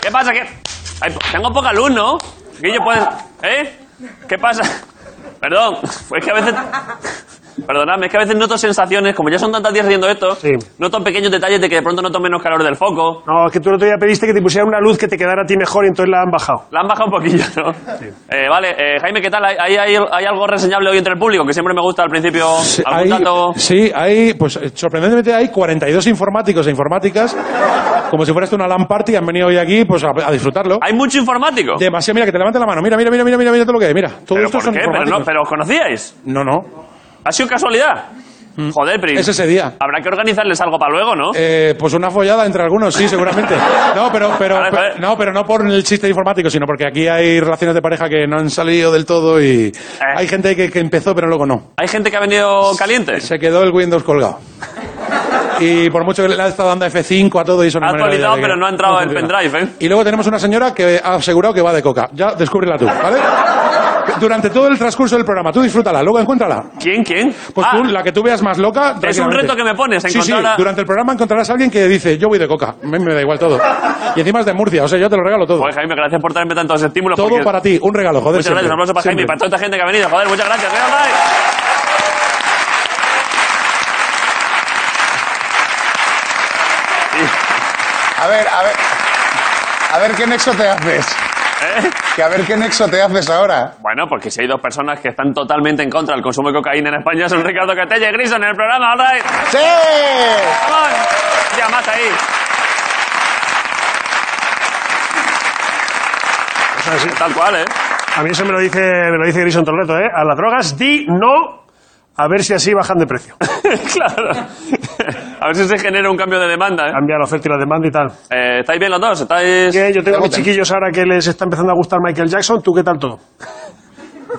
¿Qué pasa? ¿Qué? Ay, tengo poca luz, ¿no? Guillo, puedes... ¿Eh? ¿Qué pasa? Perdón, es que a veces... Perdonadme, es que a veces noto sensaciones, como ya son tantas días haciendo esto, Sí. noto pequeños detalles de que de pronto noto menos calor del foco. No, es que tú el otro día pediste que te pusieran una luz que te quedara a ti mejor y entonces la han bajado. La han bajado un poquillo, ¿no? Eh, vale, eh, Jaime, ¿qué tal? ¿Hay, hay, hay algo reseñable hoy entre el público? Que siempre me gusta al principio Sí, algún hay- dato... sí, hay, pues eh, sorprendentemente hay 42 informáticos e informáticas, como si fuera esto una LAN party, han venido hoy aquí pues a, a disfrutarlo. ¿Hay mucho informático? Demasiado, mira, que te levante la mano, mira, mira, mira, mira, mira, mira todo lo que hay, mira. Todo ¿Pero esto por son qué? Pero, no, informáticos. ¿Pero os conocíais? no, no, ¿Ha sido casualidad? Joder, Pris. Mm. es ese día. Habrá que organizarles algo para luego, ¿no? Eh, pues una follada entre algunos, sí, seguramente. No, pero, pero, Vale, pero- vale. no, pero no por el chiste informático, sino porque aquí hay relaciones de pareja que no han salido del todo Eh. y hay gente que, que empezó pero luego no. ¿Hay gente que ha venido caliente? Se quedó el Windows colgado. Y por mucho que le ha estado dando F5 a todo y eso no Ha hay manera de- actualizado, de- pero no ha entrado el funciona. pendrive, ¿eh? Y luego tenemos una señora que ha asegurado que va de coca. Ya, descúbrela tú, ¿vale? Durante todo el transcurso del programa, tú disfrútala, luego encuéntrala. ¿Quién? ¿Quién? Pues Ah, tú, la que tú veas más loca. es un tranquilamente. reto que me pones, Sí, sí, encontrar a- durante el programa encontrarás a alguien que dice, yo voy de coca, me, me da igual todo. Y encima es de Murcia, o sea, yo te lo regalo todo. Joder, Jaime, gracias por traerme tantos estímulos. todo Pues, porque- para ti, un regalo, joder. Muchas gracias, un aplauso para Jaime y para toda esta gente que ha venido. Joder, muchas gracias. Venga, Jaime. A ver, a ver. A ver qué nexo te haces. ¿Eh? Que a ver qué nexo te haces ahora. Bueno, porque si hay dos personas que están totalmente en contra del consumo de cocaína en España, son Ricardo Catella y Grison en el programa. All right. ¡Sí! ¡Vamos! Ya, más ahí. O sea, sí, Tal cual, ¿eh? a mí eso me lo dice, me lo dice Grison todo el rato, ¿eh? A las drogas, di no, a ver si así bajan de precio. claro. A ver si se genera un cambio de demanda, ¿eh? Cambia la oferta y la demanda y tal. Eh, ¿Estáis bien los dos? ¿Estáis...? Bien, yo tengo a mis Pregunten. chiquillos ahora que les está empezando a gustar Michael Jackson. ¿Tú qué tal todo?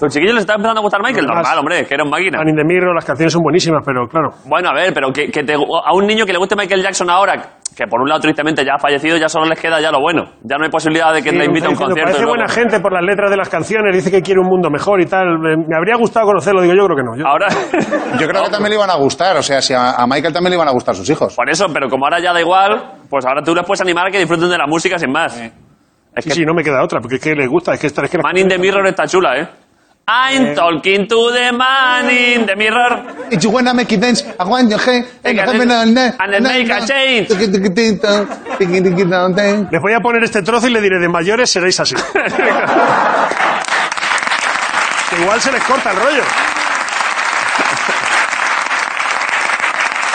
¿Los chiquillos les está empezando a gustar Michael? Además- Normal, hombre, que era un máquina. Man in the Mirror, las canciones son buenísimas, pero claro. Bueno, a ver, pero que, que te- a un niño que le guste Michael Jackson ahora, que por un lado tristemente ya ha fallecido, ya solo les queda ya lo bueno. Ya no hay posibilidad de que le invite a un Diciendo, concierto. Parece y luego- buena gente por las letras de las canciones, dice que quiere un mundo mejor y tal. Me, me habría gustado conocerlo, digo yo creo que no. Yo- Ahora... Yo creo que también le iban a gustar. O sea, si a, a Michael también le iban a gustar sus hijos. Por eso, pero como ahora ya da igual, pues ahora tú les puedes animar a que disfruten de la música sin más. Es sí, que sí, no me queda otra, porque es que les gusta, es que esta es que las- Man in the Mirror está chula, ¿eh? I'm talking to the man in the mirror. It's you wanna make it dance, Pues I want your hand, Take a and dance, I'm gonna- and then make a change. Les voy a poner este trozo y le diré, de mayores seréis así. Que Igual se les corta el rollo.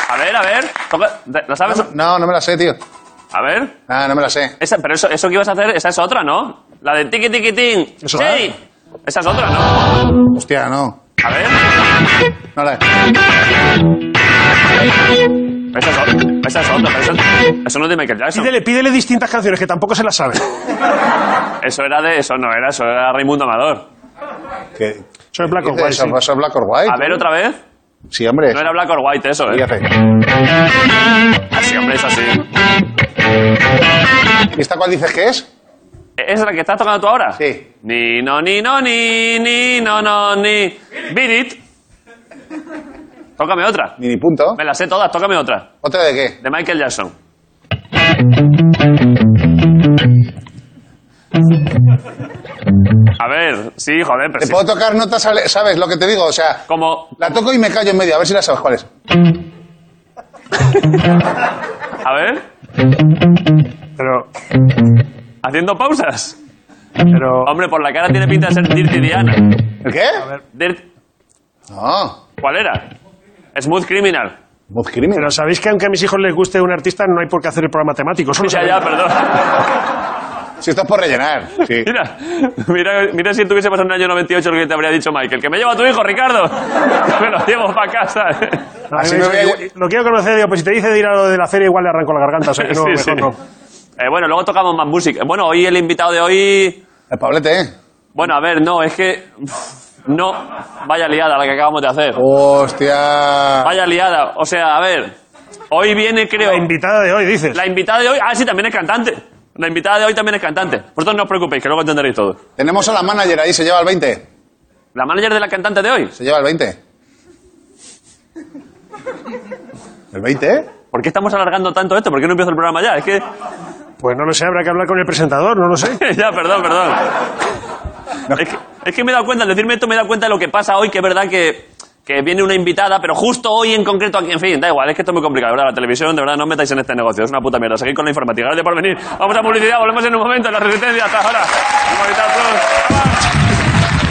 A ver, a ver. toca- ¿La sabes? No, no me la sé, tío. A ver. Ah, no me la sé. Esa, pero eso, eso que ibas a hacer, esa es otra, ¿no? La de tiki tiki tin. Eso sí. Esa es otra, ¿no? Hostia, no. A ver. No la Esa es otra. Esa es otra. pero Eso, eso no es de Michael Jackson. Pídele, pídele distintas canciones que tampoco se las sabe. Eso era de. Eso no era, eso era Raimundo Amador. ¿Qué? Soy Black or Dice White, Eso, sí. eso, Black or White. A ver otra vez. Sí, hombre. No era black or white eso, Y ¿eh? hace, Así, hombre, es así. ¿E-, ¿Y esta cuál dices que es? ¿Esa es la que estás tocando tú ahora? Sí. Ni no, ni no, ni, ni, no, no, ni. Beat it. Tócame otra. Ni ni punto. Me las sé todas, tócame otra. ¿Otra de qué? De Michael Jackson. A ver, sí, joder, pero Te sí. puedo tocar notas, ale- ¿sabes lo que te digo? O sea, Como, la toco y me callo en medio, a ver si la sabes cuál es. a ver, Pero, haciendo pausas. pero... Hombre, por la cara tiene pinta de ser Dirty Diana. ¿El qué? Dirt- No. ¿Cuál era? Smooth Criminal. Mood Criminal. Pero sabéis que aunque a mis hijos les guste un artista, no hay por qué hacer el programa temático. Solo Ya, saber- ya, perdón. Si esto es por rellenar. Sí. Mira, mira, mira si tuviese pasado en el año 98 lo que te habría dicho Michael. Que me llevo a tu hijo, Ricardo. Me lo llevo para casa. No, Así es- me voy a- digo, Lo quiero conocer, digo, pues si te dice de ir a lo de la feria, igual le arranco la garganta. O sea que no, Sí, mejor sí. no. Eh, bueno, luego tocamos más música. Bueno, hoy el invitado de hoy... El Pablete, ¿eh? Bueno, a ver, no, es que... uf, No, vaya liada la que acabamos de hacer. Hostia. Vaya liada. O sea, a ver, hoy viene, creo... La invitada de hoy, dices. La invitada de hoy... Ah, sí, también es cantante. La invitada de hoy también es cantante. Vosotros no os preocupéis, que luego entenderéis todo. Tenemos a la manager ahí, se lleva el 20. La manager de la cantante de hoy. Se lleva el 20. ¿El 20? ¿Por qué estamos alargando tanto esto? ¿Por qué no empieza el programa ya? Es que Pues no lo sé, habrá que hablar con el presentador, no lo sé. ya, perdón, perdón. Es, que, es que me he dado cuenta, al decirme esto me he dado cuenta de lo que pasa hoy, que es verdad que, que viene una invitada, pero justo hoy en concreto aquí, en fin, da igual, es que esto es muy complicado, de ¿verdad? La televisión, de verdad, no os metáis en este negocio, es una puta mierda. Seguid con la informática, gracias por venir. Vamos a publicidad, volvemos en un momento, en la resistencia, hasta ahora. Movistar Plus.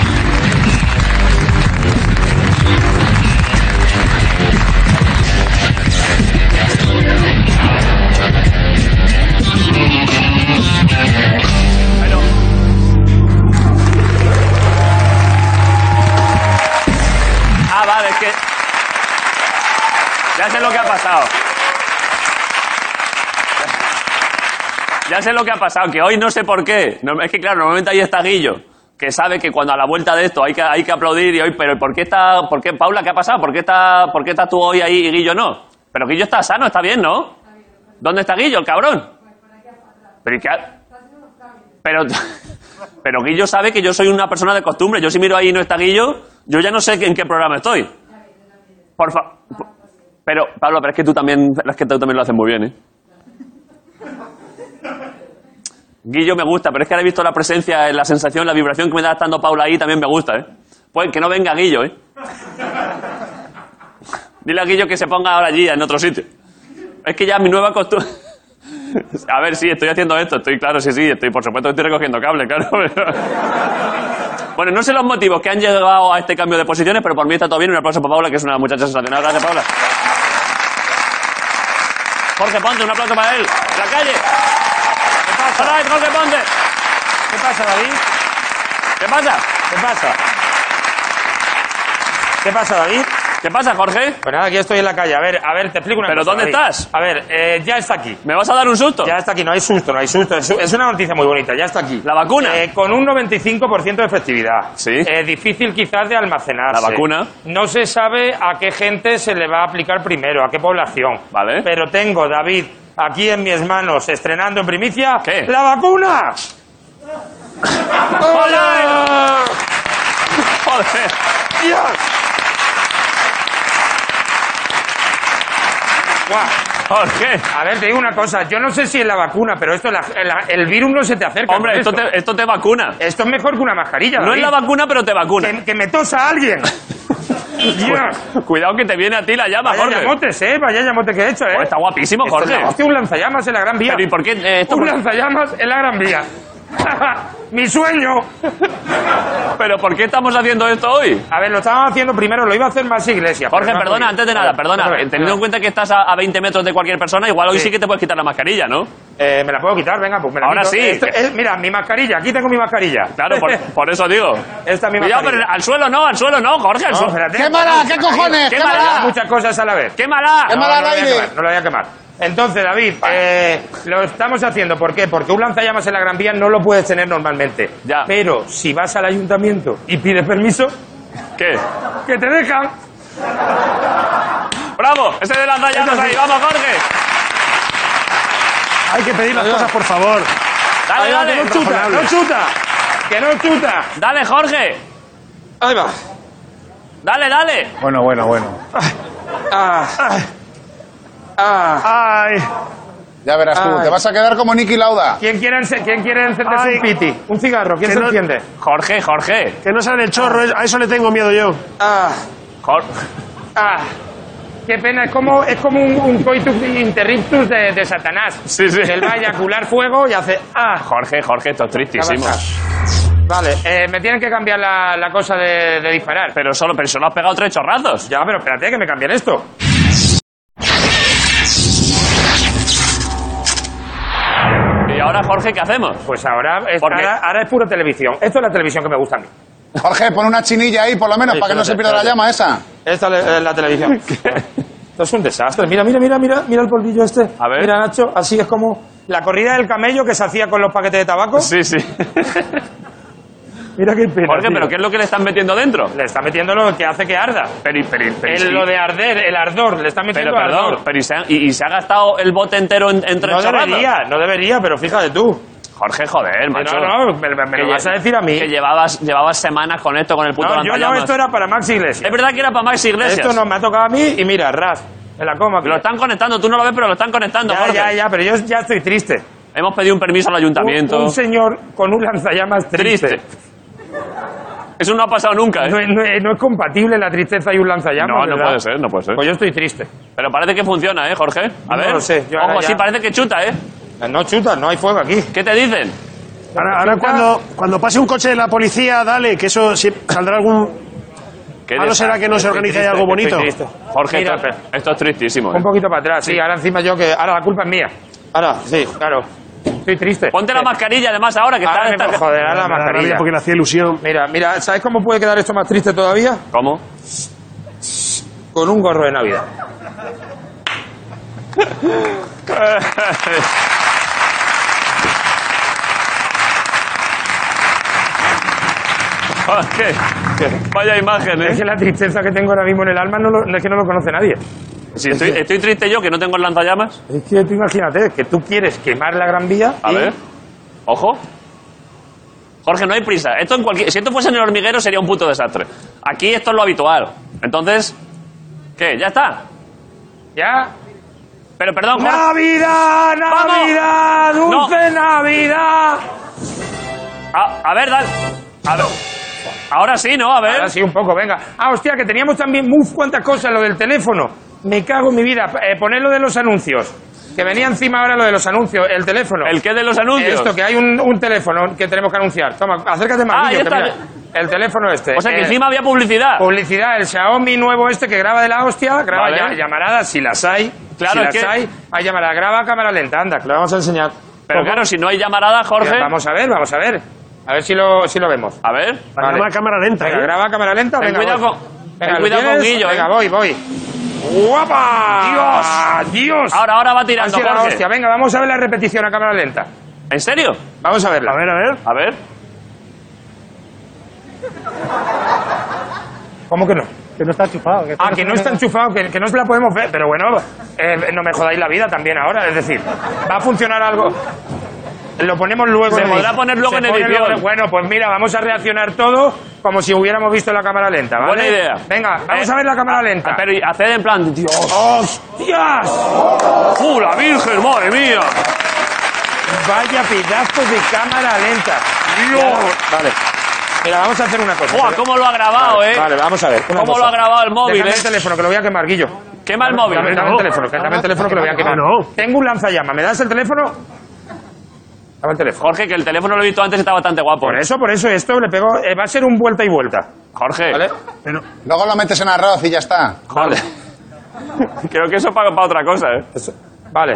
Ah, vale, es que. Ya sé lo que ha pasado. Ya sé lo que ha pasado, que hoy no sé por qué. No, es que, claro, normalmente ahí está Guillo, que sabe que cuando a la vuelta de esto hay que, hay que aplaudir y hoy, pero ¿por qué está. ¿Por qué, Paula, qué ha pasado? ¿Por qué, está, ¿Por qué estás tú hoy ahí y Guillo no? Pero Guillo está sano, está bien, ¿no? ¿Dónde está Guillo, el cabrón? Pero ¿y qué ha- pero, pero Guillo sabe que yo soy una persona de costumbre. Yo si miro ahí y no está Guillo, yo ya no sé en qué programa estoy. Por fa- Pero, Pablo, pero es que tú también, pero es que tú también lo haces muy bien, ¿eh? Guillo me gusta, pero es que ahora he visto la presencia, eh, la sensación, la vibración que me da estando Paula ahí, también me gusta, ¿eh? Pues que no venga Guillo, ¿eh? Dile a Guillo que se ponga ahora allí, en otro sitio. Es que ya mi nueva costumbre... A ver, sí, estoy haciendo esto, estoy claro, sí, sí, estoy, por supuesto, estoy recogiendo cable, claro. pero- Bueno, no sé los motivos que han llegado a este cambio de posiciones, pero por mí está todo bien. Un aplauso para Paula, que es una muchacha sensacional. Gracias, Paula. Jorge Ponte, un aplauso para él. En la calle. ¿Qué pasa? All right, Jorge Ponte. ¿Qué pasa, David? ¿Qué pasa? ¿Qué pasa? ¿Qué pasa, David? ¿Qué pasa, Jorge? Pues nada, aquí estoy en la calle. A ver, a ver, te explico una ¿Pero cosa. dónde David. estás? A ver, eh, ya está aquí. ¿Me vas a dar un susto? Ya está aquí, no hay susto, no hay susto. Es, es una noticia muy bonita, ya está aquí. ¿La vacuna? Eh, con un 95% de efectividad. Sí. Eh, difícil quizás de almacenar. ¿La vacuna? No se sabe a qué gente se le va a aplicar primero, a qué población. Vale. Pero tengo, David, aquí en mis manos, estrenando en primicia, ¿Qué? ¡la vacuna! ¡Hola! Joder. Guau. Jorge. A ver, te digo una cosa. Yo no sé si es la vacuna, pero esto, la- la- el virus no se te acerca. Hombre, con esto te, esto te vacuna. Esto es mejor que una mascarilla. No es David. la vacuna, pero te vacuna. que, que me tosa alguien. Dios. Cuidado que te viene a ti la llama, Vaya Jorge. llamotes, eh. Vaya llamote que he hecho, eh. Joder, está guapísimo, Esto es Jorge. la hostia, un lanzallamas en la Gran Vía. Pero ¿y por qué? eh, esto Un por- lanzallamas en la Gran Vía. Mi sueño. ¿Pero por qué estamos haciendo esto hoy? A ver, lo estábamos haciendo primero, lo iba a hacer más iglesias. Jorge, pero no perdona, han antes de podido. nada, A ver, perdona. Eh, otra vez, Teniendo en otra vez. cualquier que estás a, a 20 metros de cualquier persona, igual hoy sí. Sí. que te puedes quitar la mascarilla, ¿no? Eh, me la puedo quitar, venga, pues me la Ahora quito. sí. Esto es- mira, mi mascarilla, aquí tengo mi mascarilla. Claro, por, por eso digo. Esta misma Cuidado, mascarilla. pero al suelo no, al suelo no, Jorge, al No, suelo. espérate. ¡Quémala! ¡Qué cojones! ¿Qué Hay ¡Quémala! Muchas cosas a la vez. ¡Quémala! ¿Qué No, mala no, al lo voy a aire. quemar, no lo voy a quemar. Entonces, David, eh, lo estamos haciendo. ¿Por qué? Porque un lanzallamas en la Gran Vía no lo puedes tener normalmente. Ya. Pero si vas al ayuntamiento y pides permiso, ¿Qué? que te dejan. ¡Bravo! Ese de las llamas ahí, vamos, Jorge. Hay que pedir las cosas, por favor. Dale, dale. que no chuta, no chuta. Que no chuta. Dale, Jorge. Ahí va. Dale, dale. Bueno, bueno, bueno. Ay, Ya verás tú. Te vas a quedar como Nicky Lauda. ¿Quién quiere, ence- quién quiere encender Ay. un piti? Un cigarro, ¿quién Que se no- enciende? Jorge, Jorge. que no sale el chorro, a eso le tengo miedo yo. Jor- Ah, qué pena, es como, es como un, un coitus interruptus de, de Satanás. Sí, sí. Él va a eyacular fuego y hace. Ah, Jorge, Jorge, esto es tristísimo. Vale, eh, me tienen que cambiar la, la cosa de, de disparar. Pero solo, pero solo has pegado tres chorrazos. Ya, pero espérate que me cambien esto. Y ahora, Jorge, ¿qué hacemos? Pues ahora es, ¿Por qué? ahora, ahora es puro televisión. Esto es la televisión que me gusta a mí. Jorge, pon una chinilla ahí, por lo menos, Sí, para que no se espérate, pierda la llama esa. Esta es la televisión. Esto es un desastre. Mira, mira, mira, mira, mira el polvillo este. A ver. Mira, Nacho, así es como la corrida del camello que se hacía con los paquetes de tabaco. Sí, sí. Mira qué pena. Jorge, tío. ¿pero qué es lo que le están metiendo dentro? Le está metiendo lo que hace que arda. Pero, y- pero, y- pero y- El- lo de arder, el ardor, le está pero, metiendo perdón, ardor. pero y, se ha, y- y se ha gastado el bote entero en, en tres No chorrazos. debería, no debería, pero fíjate tú. Jorge, joder, macho. No, no, me, me- me Que lo vas lle- a decir a mí. Que llevabas, llevabas semanas con esto, con el puto No, yo no, lanzallamas. esto era para Max Iglesias. Es verdad que era para Max Iglesias. Esto no me ha tocado a mí y mira, ras, me la coma. Lo están conectando, tú no lo ves, pero lo están conectando, ya, Jorge. ya, ya, pero yo ya estoy triste. Hemos pedido un permiso al ayuntamiento. Un, un señor con un lanzallamas triste. Triste. Eso no ha pasado nunca, ¿eh? No, es- no es- no es compatible la tristeza y un lanzallamas. No, no ¿verdad? puede ser, no puede ser. Pues yo estoy triste. Pero parece que funciona, ¿eh, Jorge? A No ver. lo sé, yo Ojo, ahora ya- sí, parece que chuta, ¿eh? No chutas, no hay fuego aquí. ¿Qué te dicen? Ahora, ahora cuando, cuando pase un coche de la policía, dale, que eso sí- saldrá algún... ¿Qué Ah, no será que no se Estoy organice triste, algo bonito. estoy triste. Jorge, Mira, esto, esto es tristísimo. ¿eh? un poquito para atrás, sí. Ahora encima yo que. Ahora la culpa es mía. Ahora, sí, claro. Estoy triste. Ponte la mascarilla, además, ahora que Ahora está... me está- joder, ahora la Me da rabia mascarilla. Porque le hacía ilusión. Mira, mira, ¿sabes cómo puede quedar esto más triste todavía? ¿Cómo? Con un gorro de Navidad. Jorge, vaya imagen, Es ¿eh? que la tristeza que tengo ahora mismo en el alma no, lo- no es que no lo conoce nadie. Si estoy, estoy triste yo, que no tengo el lanzallamas. Es que tú imagínate que tú quieres quemar la Gran Vía. A y- ver. Ojo. Jorge, no hay prisa. Esto en cualquier... Si esto fuese en el hormiguero sería un puto desastre. Aquí esto es lo habitual. Entonces, ¿qué? ¿Ya está? Ya. Pero perdón, Jorge. Navidad, Navidad, No. Ah, dulce Navidad. A, a ver, dale. A ver. Ahora sí, ¿no? A ver. Ahora sí, un poco, venga. Ah, hostia, que teníamos también, uf, cuántas cosas, lo del teléfono. Me cago en mi vida. Eh, poner lo de los anuncios. Que venía encima ahora lo de los anuncios, el teléfono. ¿El qué de los anuncios? Esto, que hay un, un teléfono que tenemos que anunciar. Toma, acércate más. Ah, niño, ahí que está. mira. El teléfono este. o sea, que Eh, encima había publicidad. Publicidad, el Xiaomi nuevo este que graba de la hostia, graba Vale. ya- llamaradas, si las hay. Claro, si es las que- hay, hay llamaradas. Graba a cámara lenta, anda, que lo vamos a enseñar. Pero Ojo. claro, si no hay llamarada, Jorge. Vamos a ver, vamos a ver. A ver si lo, si lo vemos. A ver. La Vale. llama a cámara lenta, Venga, ¿eh? graba a cámara lenta. Ten venga, cuidado voy. con- ten ¿lo cuidado con tienes? Guillo, Venga, eh. voy, voy. ¡Guapa! ¡Dios! ¡Dios! Ahora, ahora va Ha tirando, sido la Jorge. hostia. Venga, vamos a ver la repetición a cámara lenta. ¿En serio? Vamos a verla. A ver, a ver. A ver. ¿Cómo que no? Que no está chupado. Que Ah, que no está enchufado, que, que no se la podemos ver. Pero bueno, eh, no me jodáis la vida también ahora. Es decir, va a funcionar algo. Lo ponemos luego. Se en el- podrá poner luego se en pone edición. luego- Bueno, pues mira, vamos a reaccionar todo como si hubiéramos visto la cámara lenta, ¿vale? Buena idea. Venga, vamos Eh, a ver la cámara lenta. Pero y hacer en plan. Dios. ¡Hostias! ¡Uh, la Virgen! ¡Madre mía! Vaya pedazo de cámara lenta. ¡Dios! Vale. Mira, vamos a hacer una cosa. ¡Buah, cómo lo ha grabado, vale, eh! Vale, vamos a ver. una ¿Cómo cosa. lo ha grabado el móvil, Déjame eh? el teléfono, que lo voy a quemar, Guillo. Quema el móvil. Dame, dame el teléfono, que- dame el teléfono que lo voy a quemar. No. Tengo un lanzallamas. ¿Me das el teléfono? Dame el teléfono. Jorge, que el teléfono lo he visto antes y está bastante guapo. Por eso, por eso, esto le pego. eh, va a ser un vuelta y vuelta. Jorge. ¿Vale? Luego lo metes en arroz y ya está. Jorge. Creo que eso es para, para otra cosa, eh. Eso- Vale.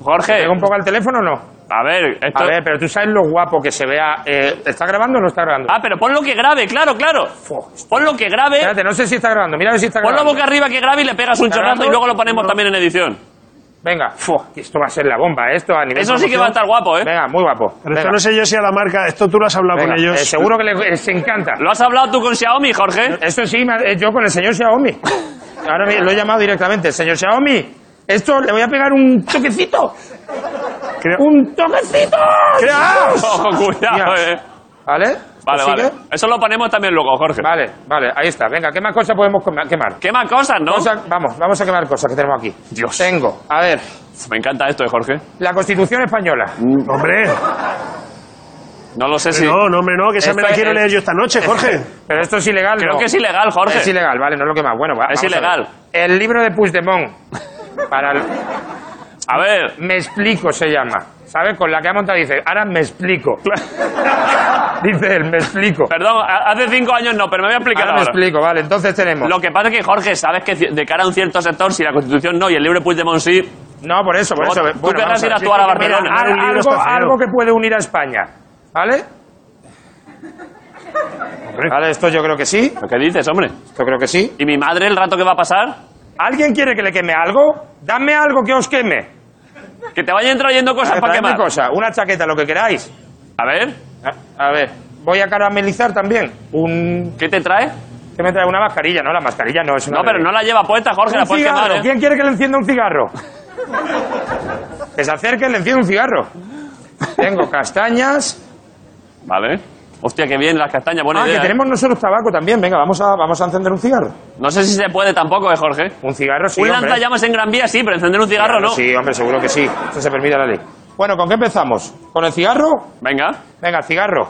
Jorge. ¿Pego un poco al teléfono o no? A ver, esto. A ver, pero tú sabes lo guapo que se vea. eh, ¿Está grabando o no está grabando? Ah, pero pon lo que grabe, claro, claro. Fo, Pon lo que grabe. Espérate, no sé si está grabando. Mira a ver si está Pon la grabando. boca arriba que grabe y le pegas un ¿Está chorrazo y grabando? luego lo ponemos No. también en edición. Venga, fo, esto va a ser la bomba, esto a nivel. Eso sí que promoción. va a estar guapo, ¿eh? Venga, muy guapo. Pero Venga, esto no sé yo si a la marca... Esto tú lo has hablado venga. con ellos. Eh, seguro que le- eh, se encanta. ¿Lo has hablado tú con Xiaomi, Jorge? Esto sí, me- eh, yo con el señor Xiaomi. Ahora me- lo he llamado directamente. Señor Xiaomi, esto le voy a pegar un toquecito. Creo- ¡Un toquecito! Ojo, Oh, cuidado, Dios. eh. Oh, ¿Vale? Vale, ¿Sigue? vale. Eso lo ponemos también luego, Jorge. Vale, vale, ahí está. Venga, ¿qué más cosas podemos quema- quemar? ¿Qué más cosas, no? Cosa- vamos, vamos a quemar cosas que tenemos aquí. Dios. Tengo, a ver, Me encanta esto, eh, Jorge. la Constitución Española. Hombre, No lo sé si. no, no, hombre, no, que esa me la Esto quiero es- eh, leer yo esta noche, Jorge. Pero esto es ilegal, Creo ¿no? que es ilegal, Jorge. Es ilegal, vale, no es lo que más. Bueno, va- Es vamos a ver. ilegal. El libro de Puigdemont. Para el- A ver. Me explico se llama. ¿Sabes? Con la que ha montado dice, ahora me explico. dice él, me explico. Perdón, ha- hace cinco años no, pero me voy a explicar Ahora me ahora. explico, vale. Entonces tenemos. Lo que pasa es que, Jorge, sabes que ci- de cara a un cierto sector, si la Constitución no y el libre Puigdemont sí, No, por eso, por Luego, eso. tú Bueno, querrás vamos ir ver. a actuar a Mira, Barcelona. al- Un libro algo, está feo. algo que puede unir a España. ¿Vale? Vale, esto yo creo que sí. ¿pero ¿qué dices, hombre? Yo creo que sí. ¿Y mi madre el rato que va a pasar? ¿Alguien quiere que le queme algo? Dame algo que os queme. Que te vayan trayendo cosas Ah, para Traedme quemar. cosa, una chaqueta, lo que queráis. A ver, A, a ver, voy a caramelizar también. Un. ¿qué te trae? ¿Qué me trae? Una mascarilla, ¿no? La mascarilla no es una. No, pero no la lleva puesta, Jorge, la un puedes cigarro. quemar, ¿eh? ¿Quién quiere que le encienda un cigarro? que se acerque y le encienda un cigarro. Tengo castañas. Vale. Hostia, qué bien las castañas, buena ah, idea. que ¿eh? tenemos nosotros tabaco también. Venga, vamos a, vamos a encender un cigarro. No sé si se puede tampoco, ¿eh, Jorge? Un cigarro, sí. un hombre. lanzallamas en Gran Vía sí, pero encender un cigarro no. Sí, hombre, seguro que sí. Esto se permite la ley. Bueno, ¿con qué empezamos? ¿Con el cigarro? Venga. Venga, el cigarro.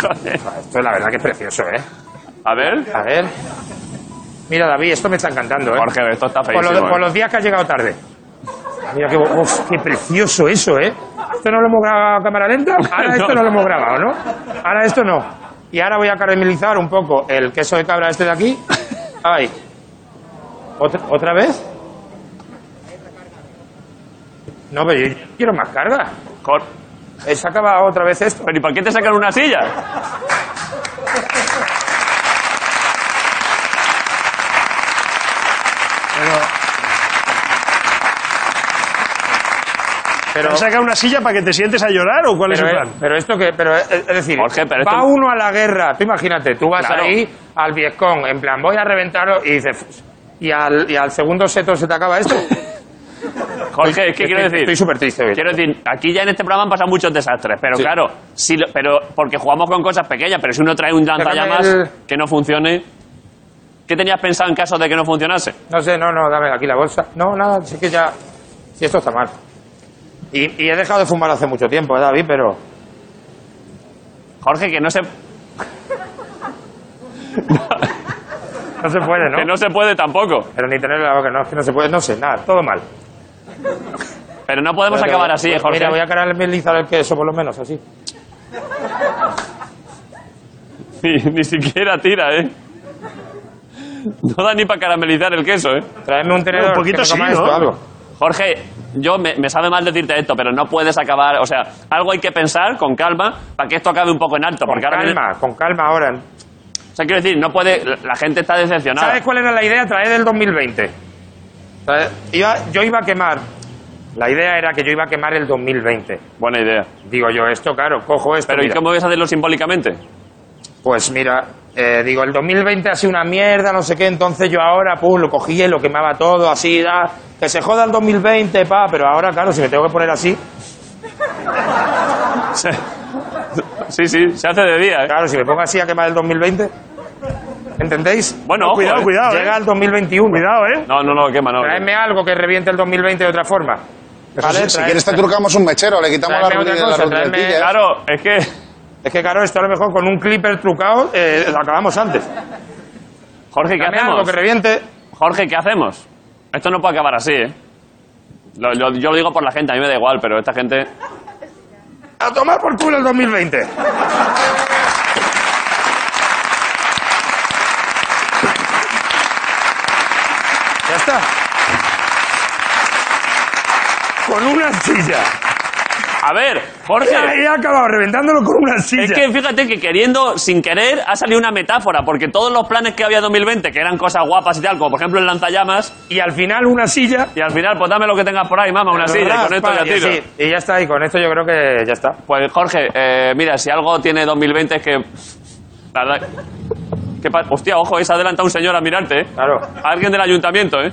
Joder. Esto la verdad que es precioso, ¿eh? A ver. A ver. Mira, David, esto me está encantando, ¿eh? Jorge, esto está Por, feísimo. lo- ¿eh? por los días que has llegado tarde. Mira, qué, bo- uf, qué precioso eso, ¿eh? Esto no lo hemos grabado a cámara lenta. Ahora esto no lo hemos grabado, ¿no? Ahora esto no. Y ahora voy a caramelizar un poco el queso de cabra este de aquí. Ay. ¿Otra, otra vez? No, pero yo quiero más carga. Cor- Eh, Se acaba otra vez esto. Pero ¿y por qué te sacan una silla? Pero, ¿Te han sacado una silla para que te sientes a llorar o cuál pero, es el eh, plan? pero esto que. Pero, eh, es decir, Jorge, pero va esto- uno a la guerra. Tú imagínate, tú vas Claro. ahí al Viescón, en plan, voy a reventarlo y dices. Y al, y al segundo seto se te acaba esto. Jorge, es que quiero Estoy- decir. Estoy súper triste hoy. Quiero decir, aquí ya en este programa han pasado muchos desastres, pero Sí. claro, si lo- pero porque jugamos con cosas pequeñas, pero si uno trae un lanzallamas el- que no funcione, ¿qué tenías pensado en caso de que no funcionase? No sé, no, no, dame aquí la bolsa. No, nada, sí que ya. Si esto está mal. Y, y he dejado de fumar hace mucho tiempo, eh, David, pero. Jorge, que no se, No se puede, que ¿no? no se puede tampoco, Pero ni tener la boca, no, es que no se puede, no sé, nada, todo mal. pero no podemos Pero- acabar así, eh, Jorge. Mira, voy a caramelizar el queso, por lo menos, así. ni, ni siquiera tira, ¿eh? No da ni para caramelizar el queso, ¿eh? Traedme un tenedor. Un poquito que me coma sí, ¿no? esto, algo. Jorge, yo me, me sabe mal decirte esto, pero no puedes acabar, o sea, algo hay que pensar con calma para que esto acabe un poco en alto, Con porque ahora viene- calma, con calma ahora. o sea, quiero decir, no puede, la, la gente está decepcionada. ¿Sabes cuál era la idea? Traer del 2020. Traer- iba- yo iba a quemar. La idea era que yo iba a quemar el 2020. Buena idea. Digo yo, esto, claro, cojo esto. Pero ¿y mira. cómo vais a hacerlo simbólicamente? Pues mira, eh, digo, el 2020 ha sido una mierda, no sé qué, entonces yo ahora, pum, lo cogí y lo quemaba todo, así, da, que se joda el 2020, pa, pero ahora, claro, si me tengo que poner así, Sí, sí, se hace de día, ¿eh? claro, si me pongo así a quemar el 2020, ¿entendéis? Bueno, ojo, cuidado, ¿eh? cuidado. eh. Llega el 2021. Cuidado, ¿eh? No, no, no, quema, no. Traedme algo que reviente el 2020 de otra forma. ¿Vale? si Traed- quieres este. te trucamos un mechero, le quitamos la Tráeme otra rodilla la cosa, tráeme- rodilla. Claro, es que Es que, claro, esto a lo mejor con un clipper trucado eh, lo acabamos antes. Jorge, ¿qué Traedme algo hacemos? que reviente. Jorge, ¿qué hacemos? Esto no puede acabar así, ¿eh? Lo- lo- yo lo digo por la gente, a mí me da igual, pero esta gente A tomar por culo el 2020. Ya está. Con una silla. A ver, Jorge, Ya he acabado reventándolo con una silla. Es que fíjate que queriendo, sin querer, ha salido una metáfora, porque todos los planes que había en 2020, que eran cosas guapas y tal, como por ejemplo el lanzallamas, Y al final una silla. y al final, pues dame lo que tengas por ahí, mamá, una silla, y con esto ya Raspa, y tiro. así. Y ya está, y con esto yo creo que ya está. Pues Jorge, eh, mira, si algo tiene 2020 es que... La verdad... que pa- Hostia, ojo, eh, se adelanta un señor a mirarte, ¿eh? Claro. Alguien del ayuntamiento, ¿eh?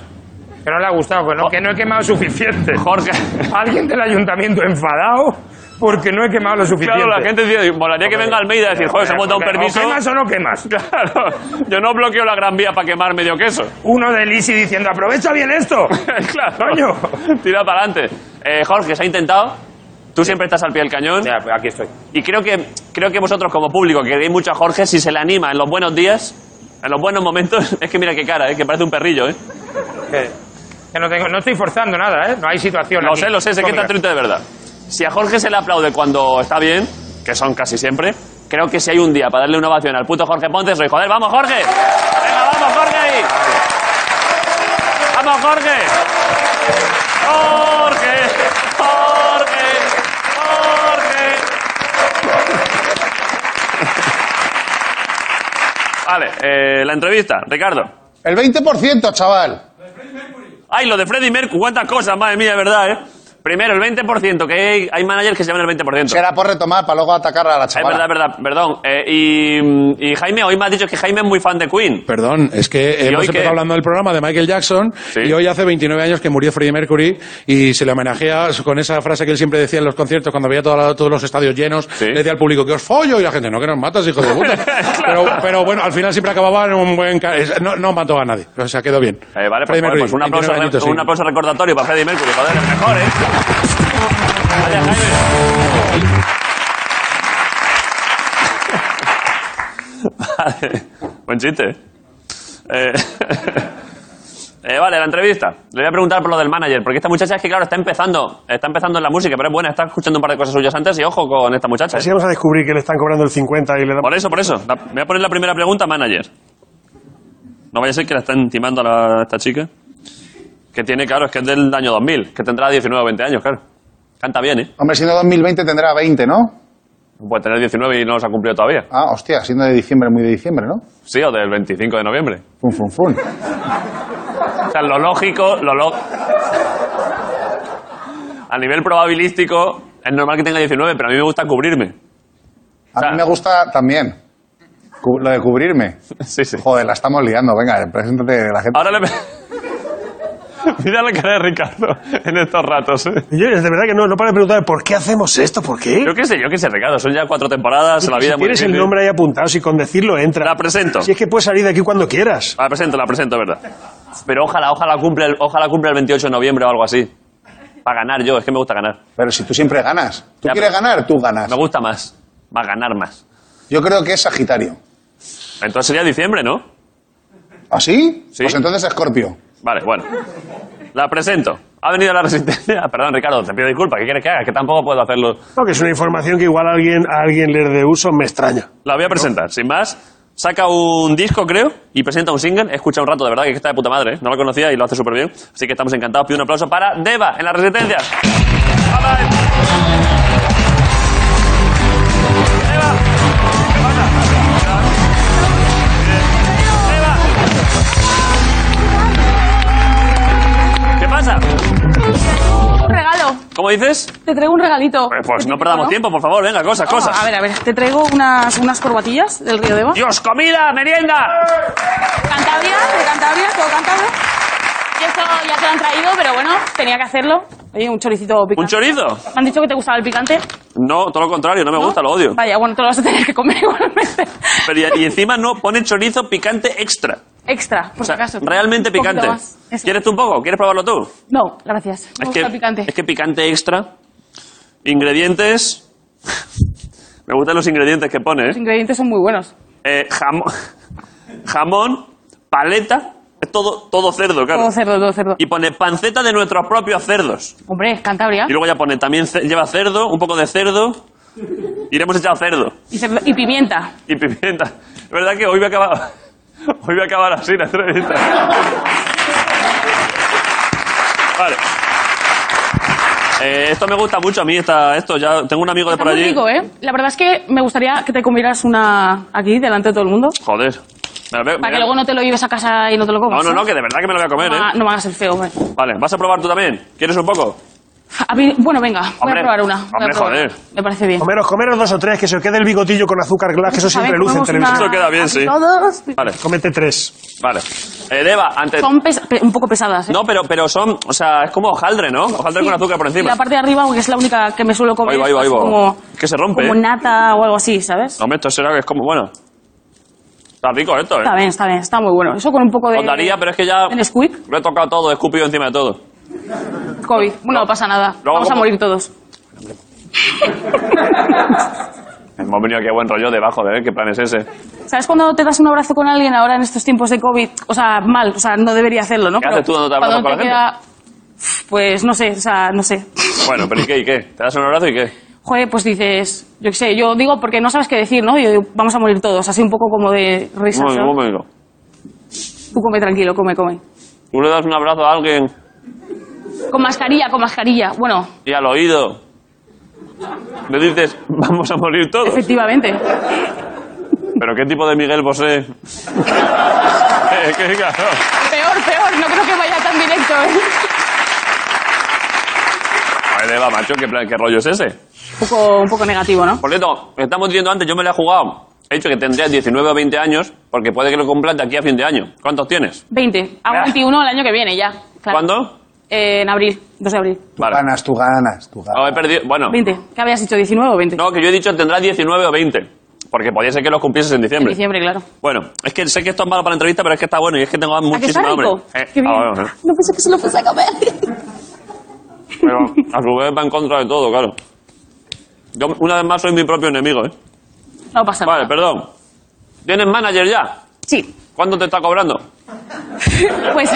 Que no le ha gustado, que no, que no he quemado suficiente. Jorge... Alguien del ayuntamiento enfadado porque no he quemado lo suficiente. eh, Claro, la gente dice, molaría que venga Almeida y decir, joder, se hemos dado un Porque permiso. O quemas o no quemas. Claro, yo no bloqueo la Gran Vía para quemar medio queso. Uno de Lisi diciendo, aprovecha bien esto. claro. Coño. Tira para adelante. Eh, Jorge, se ha intentado. Tú siempre estás al pie del cañón. Ya, pues aquí estoy. Y creo que, creo que vosotros, como público, que queréis mucho a Jorge, si se le anima en los buenos días, en los buenos momentos. Es que mira qué cara, ¿eh? que parece un perrillo. ¿eh? Que, que no, tengo, no estoy forzando nada, ¿eh? No hay situación Lo aquí sé, lo sé, sé que está cómica. triste de verdad. Si a Jorge se le aplaude cuando está bien, que son casi siempre, creo que si hay un día para darle una ovación al puto Jorge Ponte, soy joder, vamos Jorge. Venga, vamos Jorge ahí. Vamos Jorge. Jorge. Jorge. Jorge. Vale, eh, la entrevista, Ricardo. El 20%, chaval. Ay, lo de Freddie Mercury, cuántas cosas, madre mía, ¿verdad, eh? Primero, el 20%, que hay, hay managers que se llaman el 20%. Será por retomar para luego atacar a la Es chavala. verdad, verdad, perdón. Eh, y, y Jaime, hoy me has dicho que Jaime es muy fan de Queen. Perdón, es que hemos hoy empezado qué? hablando del programa de Michael Jackson Sí. y hoy hace 29 años que murió Freddie Mercury y se le homenajea con esa frase que él siempre decía en los conciertos cuando había toda la- todos los estadios llenos, Sí. le decía al público que os follo y la gente no, que nos matas, hijo de puta. pero, pero bueno, al final siempre acababa en un buen... ca- es- No, no mató a nadie, o sea, quedó bien. Eh, vale, pues, Freddie joder, Mercury, pues un, aplauso, 29 añitos, sí. un aplauso recordatorio para Freddie Mercury. Joder, el mejor, ¿eh? Vaya, Jaime. Vale, buen chiste. Eh, eh, vale, la entrevista. Le voy a preguntar por lo del manager, porque esta muchacha es que, claro, está empezando, está empezando en la música, pero es buena, está escuchando un par de cosas suyas antes y ojo con esta muchacha. ¿eh? Así vamos a descubrir que le están cobrando el 50 y le dan... Por eso, por eso. La- voy a poner la primera pregunta, manager. No vaya a ser que la están timando a, la- a esta chica. Que tiene, claro, es que es del año 2000, que tendrá 19 o 20 años, claro. Canta bien, ¿eh? Hombre, siendo 2020 tendrá 20, ¿no? No Puede tener 19 y no los ha cumplido todavía. Ah, hostia, siendo de diciembre, muy de diciembre, ¿no? Sí, o del 25 de noviembre. Fun, fun, fun. O sea, lo lógico, lo lo- A nivel probabilístico, es normal que tenga 19, pero a mí me gusta cubrirme. A sea- mí me gusta también cu- lo de cubrirme. Sí, sí. Ah. Joder, la estamos liando. Venga, preséntate la gente. Ahora le... Mira la cara de Ricardo en estos ratos, ¿eh? Yo de verdad que no, no para de preguntar, ¿por qué hacemos esto? ¿Por qué? Yo qué sé, yo qué sé, Ricardo. Son ya cuatro temporadas, la vida si es muy tienes el difícil. nombre ahí apuntado, si con decirlo entra. La presento. Si es que puedes salir de aquí cuando quieras. La presento, la presento, es verdad. Pero ojalá, ojalá cumpla el, ojalá cumpla el 28 de noviembre o algo así. Para ganar yo, es que me gusta ganar. Pero si tú siempre ganas. Tú Ya, quieres pero- ganar, tú ganas. Me gusta más. Va a ganar más. Yo creo que es Sagitario. Entonces sería diciembre, ¿no? ¿Ah, sí? Sí. Pues entonces Escorpio. Vale, bueno. La presento. Ha venido la resistencia. Perdón, Ricardo, te pido disculpas. ¿Qué quieres que haga? Que tampoco puedo hacerlo. No, que es una información que igual a alguien, a alguien le es de uso, me extraña. La voy a presentar, sin más. Saca un disco, creo, y presenta un single. Escucha un rato, de verdad, que está de puta madre. ¿eh? No la conocía y lo hace súper bien. Así que estamos encantados. Pido un aplauso para Deva en la Resistencia. Bye, bye. Deva. ¿Qué pasa? Deva. ¿Qué pasa? Un regalo. ¿Cómo dices? Te traigo un regalito. Pues, pues no ¿Te perdamos pico, tiempo, por favor. Venga, cosas, Oh, cosas. a ver, a ver. Te traigo unas, unas corbatillas del río Deva. Dios, comida, merienda. Cantabria, de Cantabria, todo Cantabria. Y esto ya te lo han traído, pero bueno, tenía que hacerlo. Oye, un choricito picante. ¿Un chorizo? Me han dicho que te gustaba el picante. No, todo lo contrario, no me gusta, lo odio. Vaya, bueno, te lo vas a tener que comer igualmente. Pero y, y encima no pone chorizo picante extra. Extra, por O si sea, acaso. realmente Un poquito picante. más. Eso. ¿Quieres tú un poco? ¿Quieres probarlo tú? No, gracias. Me gusta que, el picante. es que picante extra. Ingredientes. me gustan los ingredientes que pone. Los ¿eh? ingredientes son muy buenos. Eh, jamón, jamón, paleta. Es todo, todo cerdo, claro. Todo cerdo, todo cerdo. Y pone panceta de nuestros propios cerdos. Hombre, Cantabria. Y luego ya pone también ce- lleva cerdo, un poco de cerdo. Y le hemos echado cerdo. Y, cerdo- y pimienta. y pimienta. Es verdad que hoy voy a acabar, hoy voy a acabar así la entrevista. Vale. Eh, esto me gusta mucho a mí, esta, esto. Ya tengo un amigo de Está por muy allí. rico, ¿eh? La verdad es que me gustaría que te comieras una aquí, delante de todo el mundo. Joder. Me la veo- Para me que la- luego no te lo lleves a casa y no te lo no, comas. no, no, ¿eh? que de verdad que me lo voy a comer, No me haga- ¿eh? No me hagas el feo, hombre. Vale, ¿vas a probar tú también? ¿Quieres un poco? A mí- bueno, venga, voy Hombre, a probar una. Voy a hombre, probar. joder. Me parece bien. Comeros, comeros dos o tres, que se os quede el bigotillo con azúcar glass, que eso A ver, siempre luce en comemos una- televisión. Eso queda bien, sí. Todos. Vale, Comete tres. vale. Eh, Deva, antes... Son pes- pe- un poco pesadas, ¿eh? No, pero, pero son... O sea, es como hojaldre, ¿no? Hojaldre Sí. con azúcar por Y encima. la parte de arriba, aunque es la única que me suelo comer, Ahí va, ahí va, es ahí va. como, Que se rompe, como ¿eh? nata o algo así, ¿sabes? Hombre, esto será que es como... Bueno. Está rico esto, ¿eh? Está bien, está bien, está muy bueno. Eso con un poco de... Os daría, pero es que ya En Squeak, lo he tocado todo, he escupido encima de todo. COVID. Bueno, no pasa nada. Luego Vamos a como- morir todos. Hemos venido aquí a buen rollo debajo de ver qué plan es ese. ¿Sabes cuando te das un abrazo con alguien ahora en estos tiempos de COVID? O sea, mal, o sea, no debería hacerlo, ¿no? ¿Qué haces tú cuando te abrazas cuando con te la queda- Pues no sé, o sea, no sé. Bueno, pero ¿y qué? ¿Y qué? ¿Te das un abrazo y qué? Joder, pues dices, yo qué sé, yo digo porque no sabes qué decir, ¿no? Yo digo, vamos a morir todos, así un poco como de risa. Un momento, ¿no? un momento. Tú come tranquilo, come, come. Tú le das un abrazo a alguien Con mascarilla, con mascarilla. Bueno, y al oído le dices, vamos a morir todos. efectivamente. ¿Pero qué tipo de Miguel Bosé? es que, claro, Peor, peor, no creo que vaya tan directo. ¿eh? a Eva, macho, ¿qué, plan- qué rollo es ese? Un poco, un poco negativo, ¿no? Por cierto, estamos diciendo antes, yo me la he jugado. He dicho que tendría 19 o 20 años, porque puede que lo cumplas de aquí a fin de año. ¿Cuántos tienes? 20. Hago Ah. 21 el año que viene ya. claro. ¿Cuándo? Eh, en abril, 2 de abril. Vale. Ganas, tú ganas, tú ganas. Oh, he perdido. Bueno, 20. ¿Qué habías dicho? ¿19 o 20? no, que yo he dicho tendrá 19 o 20, porque podía ser que los cumplieses en En diciembre. diciembre, claro. Bueno, es que sé que esto es malo para la entrevista, pero es que está bueno y es que tengo ¿A que está muchísima hambre. rico? Eh, Qué bien. ah, bueno, eh. No pensé que se lo fuese a comer. Pero a su vez va en contra de todo, claro. Yo una vez más soy mi propio enemigo, ¿eh? No pasa nada. Vale, perdón. ¿Tienes manager ya? Sí. ¿Cuánto te está cobrando? Pues,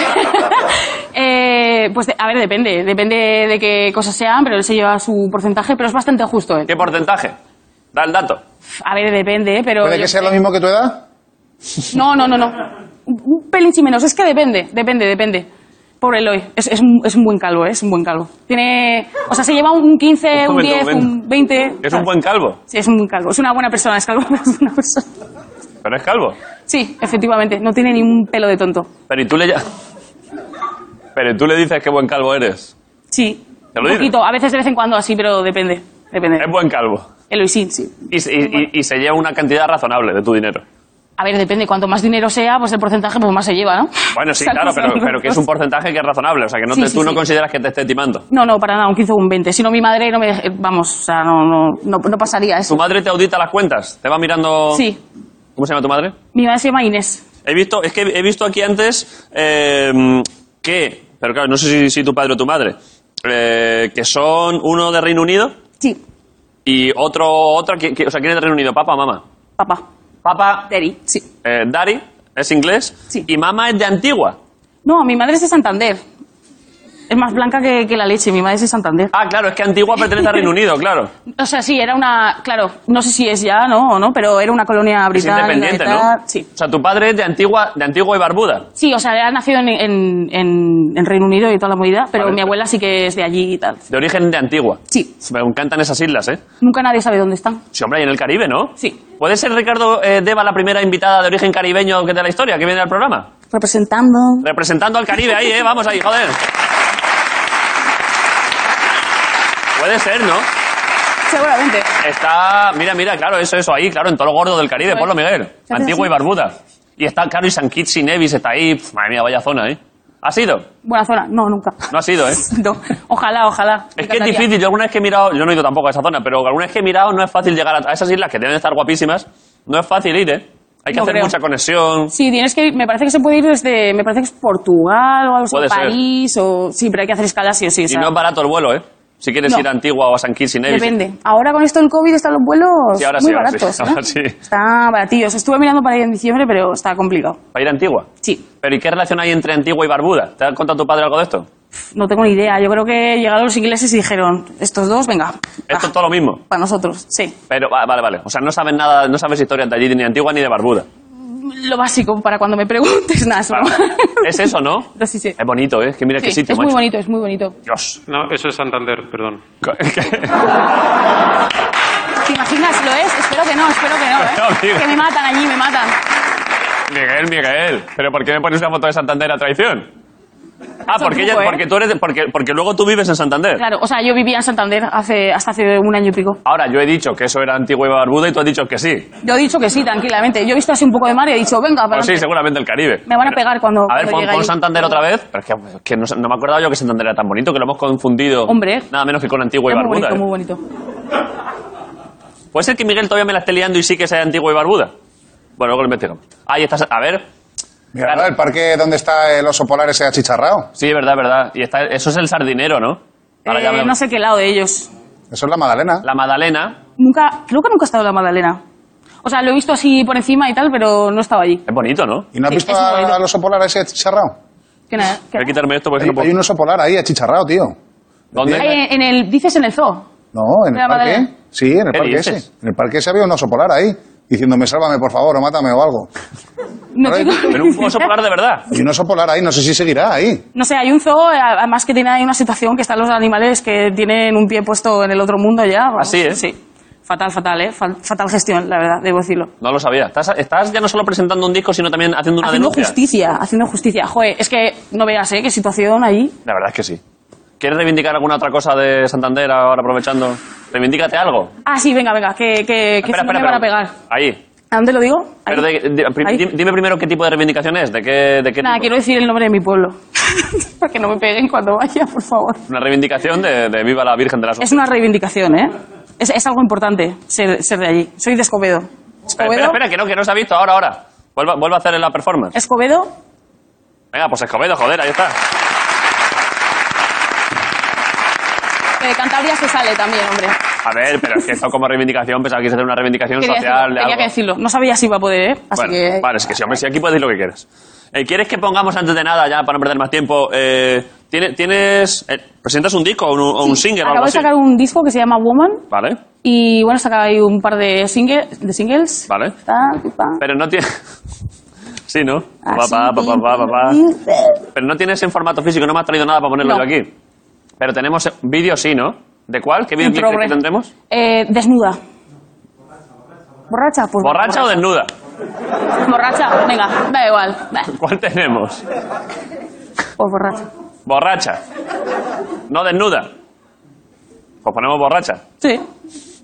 eh, pues, a ver, depende. Depende de qué cosas sean, pero él se lleva su porcentaje, pero es bastante justo él. ¿Qué porcentaje? Da el dato. A ver, depende, pero... ¿Puede yo- que sea eh, lo mismo que tu edad? No, no, no, no. Un un pelín sí menos. Es que depende, depende, depende. Pobre Eloy. Es, es, un- es un buen calvo, ¿eh? es un buen calvo. Tiene... O sea, se lleva un 15, Un un momento, 10, un un 20... Es un buen calvo, Sí, es un buen calvo. Es una buena persona, es calvo, pero es una persona. pero es calvo. Sí, efectivamente. No tiene ni un pelo de tonto. Pero y tú le ya- Pero tú le dices qué buen calvo eres. Sí. ¿Te lo un dices? poquito. A veces de vez en cuando así, pero depende. Depende. Es buen calvo. Eloy sí, sí. Y, se- y- y- y se lleva una cantidad razonable de tu dinero. A ver, depende. Cuanto más dinero sea, pues el porcentaje pues más se lleva, ¿no? Bueno, sí, O sea, claro, no pero, son pero que es un porcentaje que es razonable. O sea, que no Sí, te- sí, tú no sí. consideras que te esté timando. No, no, para nada, un 15 o un 20. Si no, mi madre no me... dej- eh, Vamos, o sea, no, no, no, no pasaría ¿Tu eso. madre te audita las cuentas? ¿Te va mirando...? Sí, ¿Cómo se llama tu madre? mi madre se llama Inés. He visto, es que he visto aquí antes eh, que, pero claro, no sé si, si tu padre o tu madre, eh, que son uno de Reino Unido Sí, y otro, otra, que, que- o sea, ¿quién es de Reino Unido? ¿Papa o mamá? papá. Papa, Daddy, sí. eh, Daddy, es inglés, Sí. y mamá es de Antigua. No, mi madre es de Santander. Es más blanca que, que la leche, mi madre es de Santander. Ah, claro, es que Antigua pertenece a Reino Unido, claro. O sea, sí, era una... Claro, no sé si es ya, ¿no? O no, pero era una colonia Es británica. independiente, y tal. ¿no? Sí. O sea, tu padre es de Antigua, de Antigua y Barbuda. Sí, o sea, ha nacido en, en, en- en Reino Unido y toda la movida, pero Vale. mi abuela sí que es de allí y tal. De origen de Antigua. Sí. Me encantan esas islas, ¿eh? Nunca nadie sabe dónde están. Sí, hombre, ahí en el Caribe, ¿no? Sí. ¿Puede ser Ricardo eh, Deva la primera invitada de origen caribeño de la historia que viene al programa? Representando... Representando al Caribe ahí, ¿eh? Vamos ahí, joder. Puede ser, ¿no? Seguramente. Está. Mira, mira, claro, eso, eso ahí, claro, en todo lo gordo del Caribe, ponlo, Miguel. hace Antigua y así. Barbuda. Y está, claro, y San Kitts y Nevis está ahí. Pf, madre mía, vaya zona, ¿eh? ¿Ha sido? Buena zona. No, nunca. No ha sido, ¿eh? No. Ojalá, ojalá. Me Es que es encantaría. difícil. Yo alguna vez que he mirado, yo no he ido tampoco a esa zona, pero alguna vez que he mirado no es fácil llegar a, a esas islas que deben estar guapísimas. No es fácil ir, ¿eh? Hay que No hacer creo. mucha conexión. Sí, tienes que ir- me parece que se puede ir desde, me parece que es Portugal o algo así, Puede ser. París o, sí, pero hay que hacer escala sí o sí, o Y sea, no es barato el vuelo, ¿eh? Si quieres No. ir a Antigua o a San Kitts y Nevis. depende. Ahora con esto del COVID están los vuelos Sí, ahora muy sí, ahora baratos, sí, ¿no? ahora sí. Está baratillos. Estuve mirando para ir en diciembre, pero está complicado. Para ir a Antigua. Sí, ¿Pero y qué relación hay entre Antigua y Barbuda? ¿Te ha contado tu padre algo de esto? pf, no tengo ni idea. Yo creo que llegaron los ingleses y dijeron, estos dos, venga, Esto es ah, todo lo mismo. para nosotros, sí. Pero, va- vale, vale. O sea, no sabes nada, no sabes historias de allí, ni de Antigua ni de Barbuda. Lo básico para cuando me preguntes, nada, eso. Vale. es eso, ¿no? No, sí, sí. Es bonito, ¿eh? Es que mira Sí, qué sitio, es macho. muy bonito, es muy bonito. Dios. No, eso es Santander, perdón. ¿Te imaginas lo es? Espero que no, espero que No, no, amigo. ¿eh? que me matan allí, me matan. Miguel, Miguel. ¿Pero por qué me pones una foto de Santander a traición? Ah, Es un porque, ella- truco, ¿eh? porque tú eres de- porque, porque luego tú vives en Santander. Claro, o sea, yo vivía en Santander hace, hasta hace un año y pico. Ahora, yo he dicho que eso era Antigua y Barbuda y tú has dicho que sí. Yo he dicho que sí, tranquilamente. Yo he visto así un poco de mar y he dicho, venga, para Pues sí, seguramente el Caribe. Me van a pegar cuando- A ver, cuando pon, llegue pon ahí. Santander otra vez. Pero es que, es que no, no me acordaba yo que Santander era tan bonito, que lo hemos confundido. Hombre. Nada menos que con Antigua Es y muy Barbuda. bonito, muy ¿eh? bonito. Puede ser que Miguel todavía me la esté liando y sí que sea Antigua y Barbuda. Bueno, luego lo investigamos. Ahí estás. A ver. Mira, Claro. ¿no? el parque donde está el oso polar ese achicharrao. Sí, es verdad, es verdad. Y está, eso es el sardinero, ¿no? Ahora Eh, ya hablamos. no sé qué lado de ellos. Eso es la Madalena. La Madalena Nunca, creo que nunca he estado en la Magdalena. O sea, lo he visto así por encima y tal, pero no estaba allí. es bonito, ¿no? ¿Y no has Sí, visto es muy a- bonito. al oso polar ese achicharrao? Que nada, que- Voy a quitarme esto porque Hay, Pues no puedo- hay un oso polar ahí achicharrao, tío. ¿Dónde? Ahí en, en el, dices en el zoo. No, en ¿De la el parque. Madalena? Sí, en el ¿Qué parque dices? ese. En el parque ese había un oso polar ahí, diciéndome, sálvame por favor, o mátame o algo. No, Ahora tengo- Pero un oso polar de verdad. Y un oso polar ahí, no sé si seguirá ahí. No sé, hay un zoo, eh, además que tiene ahí una situación que están los animales que tienen un pie puesto en el otro mundo ya. vamos. Así, ¿eh? Sí. Fatal, fatal, ¿eh? Fal- Fatal gestión, la verdad, debo decirlo. No lo sabía. Estás, estás ya no solo presentando un disco, sino también haciendo una haciendo denuncia. justicia, haciendo justicia. Joder, es que no veas, ¿eh? Qué situación ahí. La verdad es que sí. ¿Quieres reivindicar alguna otra cosa de Santander ahora aprovechando? Reivindícate algo. Ah, sí, venga, venga, que, que, que si no me van a pegar. Ahí. ¿A dónde lo digo? Ahí. Pero de- de- pri- Ahí. di- dime primero qué tipo de reivindicación es, de qué, de qué Nada, tipo. quiero decir el nombre de mi pueblo. Para que no me peguen cuando vaya, por favor. Una reivindicación de, de viva la Virgen de la Es una reivindicación, ¿eh? Es, es algo importante ser, ser de allí. Soy de Escobedo. Espera, Escobedo, espera, espera, que no, que no se ha visto. Ahora, ahora. Vuelva, vuelva a hacer la performance. Escobedo Venga, pues Escobedo, joder, ahí está. que de Cantabria se sale también, hombre. A ver, pero es que esto como reivindicación, pensaba que quise hacer una reivindicación Quería, social decirlo, de tenía algo. que decirlo. No sabía si iba a poder, ¿eh? Así Bueno, que... Vale, es que sí, hombre, sí, aquí puedes decir lo que quieras. Eh, ¿Quieres que pongamos antes de nada, ya para no perder más tiempo, eh, ¿tiene- ¿tienes, eh, presentas un disco o un, o un Sí, single o Acabo algo de así? sacar un disco que se llama Woman Vale, y, bueno, saca ahí un par de, single, de singles. vale. Ta, pi, pa. Pero no tiene... sí, ¿no? Pa, Así, pa, pa, pa, pa, pa, pa. tin, Pero no tienes en formato físico, no me has traído nada para ponerlo yo No. aquí. Pero tenemos eh, vídeo sí, ¿no? ¿De cuál? ¿Qué vídeo Progre. que tendremos? Eh, desnuda. ¿Borracha? Pues ¿Borracha o desnuda? Borracha, venga, da igual. Va, ¿Cuál tenemos? Pues borracha. Borracha. No desnuda. Pues ponemos borracha. Sí.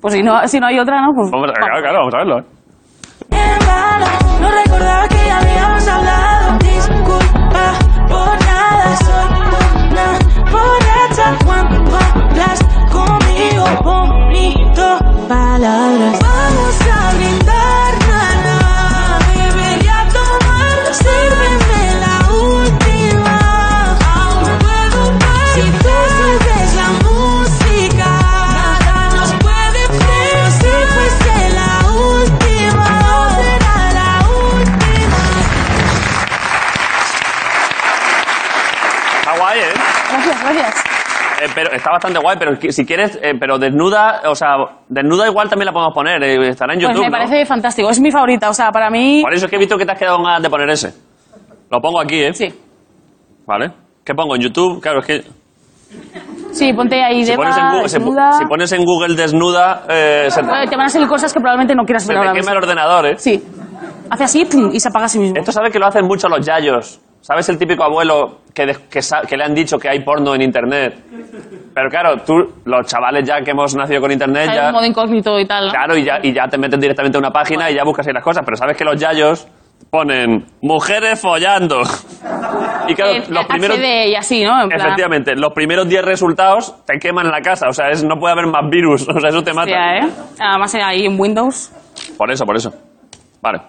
Pues si no, si no hay otra, ¿no? Pues, Hombre, claro, vamos. claro, vamos a verlo. ¿eh? hermano. No recordaba que ya habíamos hablado. Disculpa por nada, soy una borracha cuando hablas conmigo. Bonito palabras. Vamos a brindar, nana. Beber y a tomar. Sírveme la última. Aún puedo parar. Si tú subes la música, nada nos puede frenar. Si fuese la última, no será la última. Está guay, ¿eh? Gracias, gracias. Eh, pero está bastante guay, pero qui- si quieres, eh, pero desnuda, o sea, desnuda igual también la podemos poner, eh, estará en Pues YouTube. me ¿no? parece fantástico. Es mi favorita. O sea, para mí. Por eso es que he visto que te has quedado con ganas de poner ese. Lo pongo aquí, ¿eh? Sí. Vale. ¿Qué pongo en YouTube? Claro, es que Sí, ponte ahí si Deva, pones, en Google, si po- desnuda. si pones en Google desnuda, eh, se, Eh, Te van a salir cosas que probablemente no quieras se ver te ahora quema mismo. el ordenador, ¿eh? Sí. Hace así pum, y se apaga a sí mismo. Esto sabes que lo hacen mucho los yayos. ¿Sabes el típico abuelo que, des- que, sa- que le han dicho que hay porno en internet? Pero claro, tú, los chavales ya que hemos nacido con internet, Sale ya, en modo incógnito y tal. ¿no? Claro, y ya, y ya te metes directamente a una página y ya buscas ahí las cosas, pero sabes que los yayos ponen mujeres follando. Y claro, Eh, los primeros. HD y así, ¿no? En plan, Efectivamente, los primeros 10 resultados te queman la casa, o sea, es, no puede haber más virus, o sea, eso te mata. hostia, ¿eh? Además ahí en Windows. Por eso, por eso. Vale.